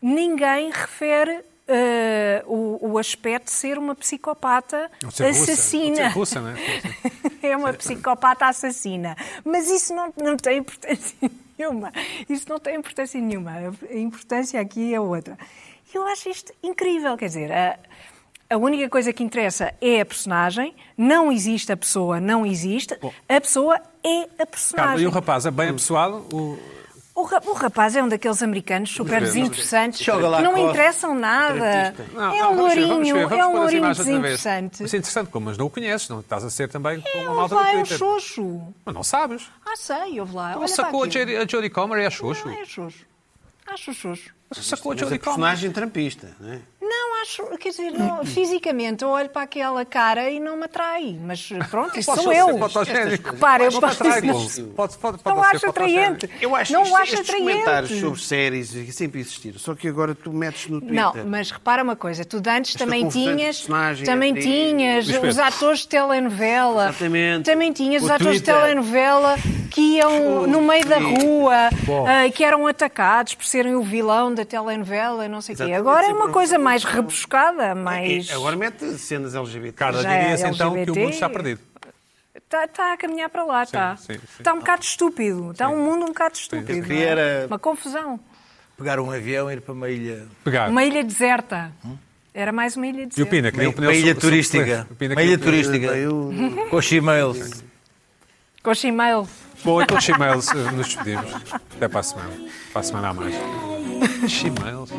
Speaker 3: Ninguém refere eh, o, o aspecto de ser uma psicopata
Speaker 1: Ou de ser russa. Ou de ser
Speaker 3: assassina.
Speaker 1: russa, não é?
Speaker 3: é uma psicopata assassina. Mas isso não, não tem importância nenhuma. Isso não tem importância nenhuma. A importância aqui é outra. E Eu acho isto incrível. Quer dizer, a, a única coisa que interessa é a personagem. Não existe a pessoa, não existe. A pessoa é
Speaker 1: Carla,
Speaker 3: a
Speaker 1: e
Speaker 3: personagem.
Speaker 1: o rapaz é bem apessoado? O...
Speaker 3: O, ra- o rapaz é um daqueles americanos super
Speaker 1: ver, vamos ver.
Speaker 3: desinteressantes que
Speaker 6: Joga lá
Speaker 3: não
Speaker 6: com-
Speaker 3: interessam nada.
Speaker 1: Não,
Speaker 3: é
Speaker 1: não,
Speaker 3: um
Speaker 1: vamos ver, vamos
Speaker 3: lourinho,
Speaker 1: ver, vamos
Speaker 3: é um
Speaker 1: pôr as
Speaker 3: lourinho
Speaker 1: imagens outra vez.
Speaker 3: desinteressante.
Speaker 1: Mas é interessante, como mas não o conheces, não estás a ser também com
Speaker 3: É
Speaker 1: uma
Speaker 3: um
Speaker 1: malta do
Speaker 3: vai ao
Speaker 1: Twitter.
Speaker 3: xoxo.
Speaker 1: Mas não sabes.
Speaker 3: Ah, sei, houve lá.
Speaker 1: Não
Speaker 3: Olha
Speaker 1: Então sacou
Speaker 3: para
Speaker 1: a
Speaker 3: aquilo.
Speaker 1: Jodie, a Jodie Comer e a Xoxo.
Speaker 3: Não, é Ah, xoxo. Acho xoxo.
Speaker 1: Sacou a
Speaker 2: Mas
Speaker 1: Jodie
Speaker 2: a
Speaker 1: Comer.
Speaker 2: personagem trampista, não é?
Speaker 3: Não, acho, quer dizer,
Speaker 1: Hum.
Speaker 3: não, fisicamente eu olho para aquela cara e não me atrai. Mas pronto, isso sou eu. Repara, eu
Speaker 1: Não
Speaker 3: posso
Speaker 1: atrai,
Speaker 3: dizer-
Speaker 1: Gonçalo. Pode- pode- pode
Speaker 3: Não
Speaker 1: ser
Speaker 3: acho
Speaker 1: fotogénico.
Speaker 3: atraente.
Speaker 2: Eu acho
Speaker 3: não
Speaker 2: isto,
Speaker 3: acho
Speaker 2: estes
Speaker 3: atraente.
Speaker 2: comentários sobre séries e sempre existiram, só que agora tu metes no Twitter.
Speaker 3: Não, mas repara uma coisa, tu de antes
Speaker 2: Esta
Speaker 3: também
Speaker 2: constante
Speaker 3: tinhas,
Speaker 2: personagem,
Speaker 3: também
Speaker 2: atriz.
Speaker 3: tinhas
Speaker 1: Luís Pedro.
Speaker 3: os atores de telenovela.
Speaker 2: Exatamente.
Speaker 3: Também tinhas os
Speaker 2: O
Speaker 3: atores de
Speaker 2: Twitter.
Speaker 3: telenovela que iam no meio da rua, ah, que eram atacados por serem o vilão da telenovela, não sei o quê.
Speaker 2: Exatamente,
Speaker 3: Agora é uma
Speaker 2: sempre
Speaker 3: coisa
Speaker 2: houve-
Speaker 3: mais rebuscada, mais
Speaker 2: É, Agora mete cenas LGBT.
Speaker 1: Carla,
Speaker 3: Já é
Speaker 1: diria-se então que o
Speaker 3: LGBT.
Speaker 1: mundo está perdido.
Speaker 3: está tá a caminhar para lá, está.
Speaker 1: sim, sim.
Speaker 3: Está um bocado estúpido, está um mundo um bocado estúpido.
Speaker 6: Eu queria
Speaker 3: não é?
Speaker 6: era-
Speaker 3: Uma confusão.
Speaker 6: Pegar um avião e ir para uma ilha.
Speaker 1: Pegar.
Speaker 3: Uma ilha deserta. Era mais uma
Speaker 1: Ah. E
Speaker 3: ilha
Speaker 1: o
Speaker 3: deserta.
Speaker 1: Pina, queria um pneu
Speaker 6: Uma ilha
Speaker 1: sub- suplente.
Speaker 6: turística.
Speaker 1: O Pina
Speaker 6: Uma
Speaker 1: queria
Speaker 6: ilha
Speaker 1: um pneu-
Speaker 6: turística.
Speaker 2: Eu-
Speaker 6: Com os e-mails.
Speaker 3: Com o Chimail.
Speaker 1: Bom, eh, então, Chimails, nos despedimos. Até para a semana. Para a semana a mais. Chimails.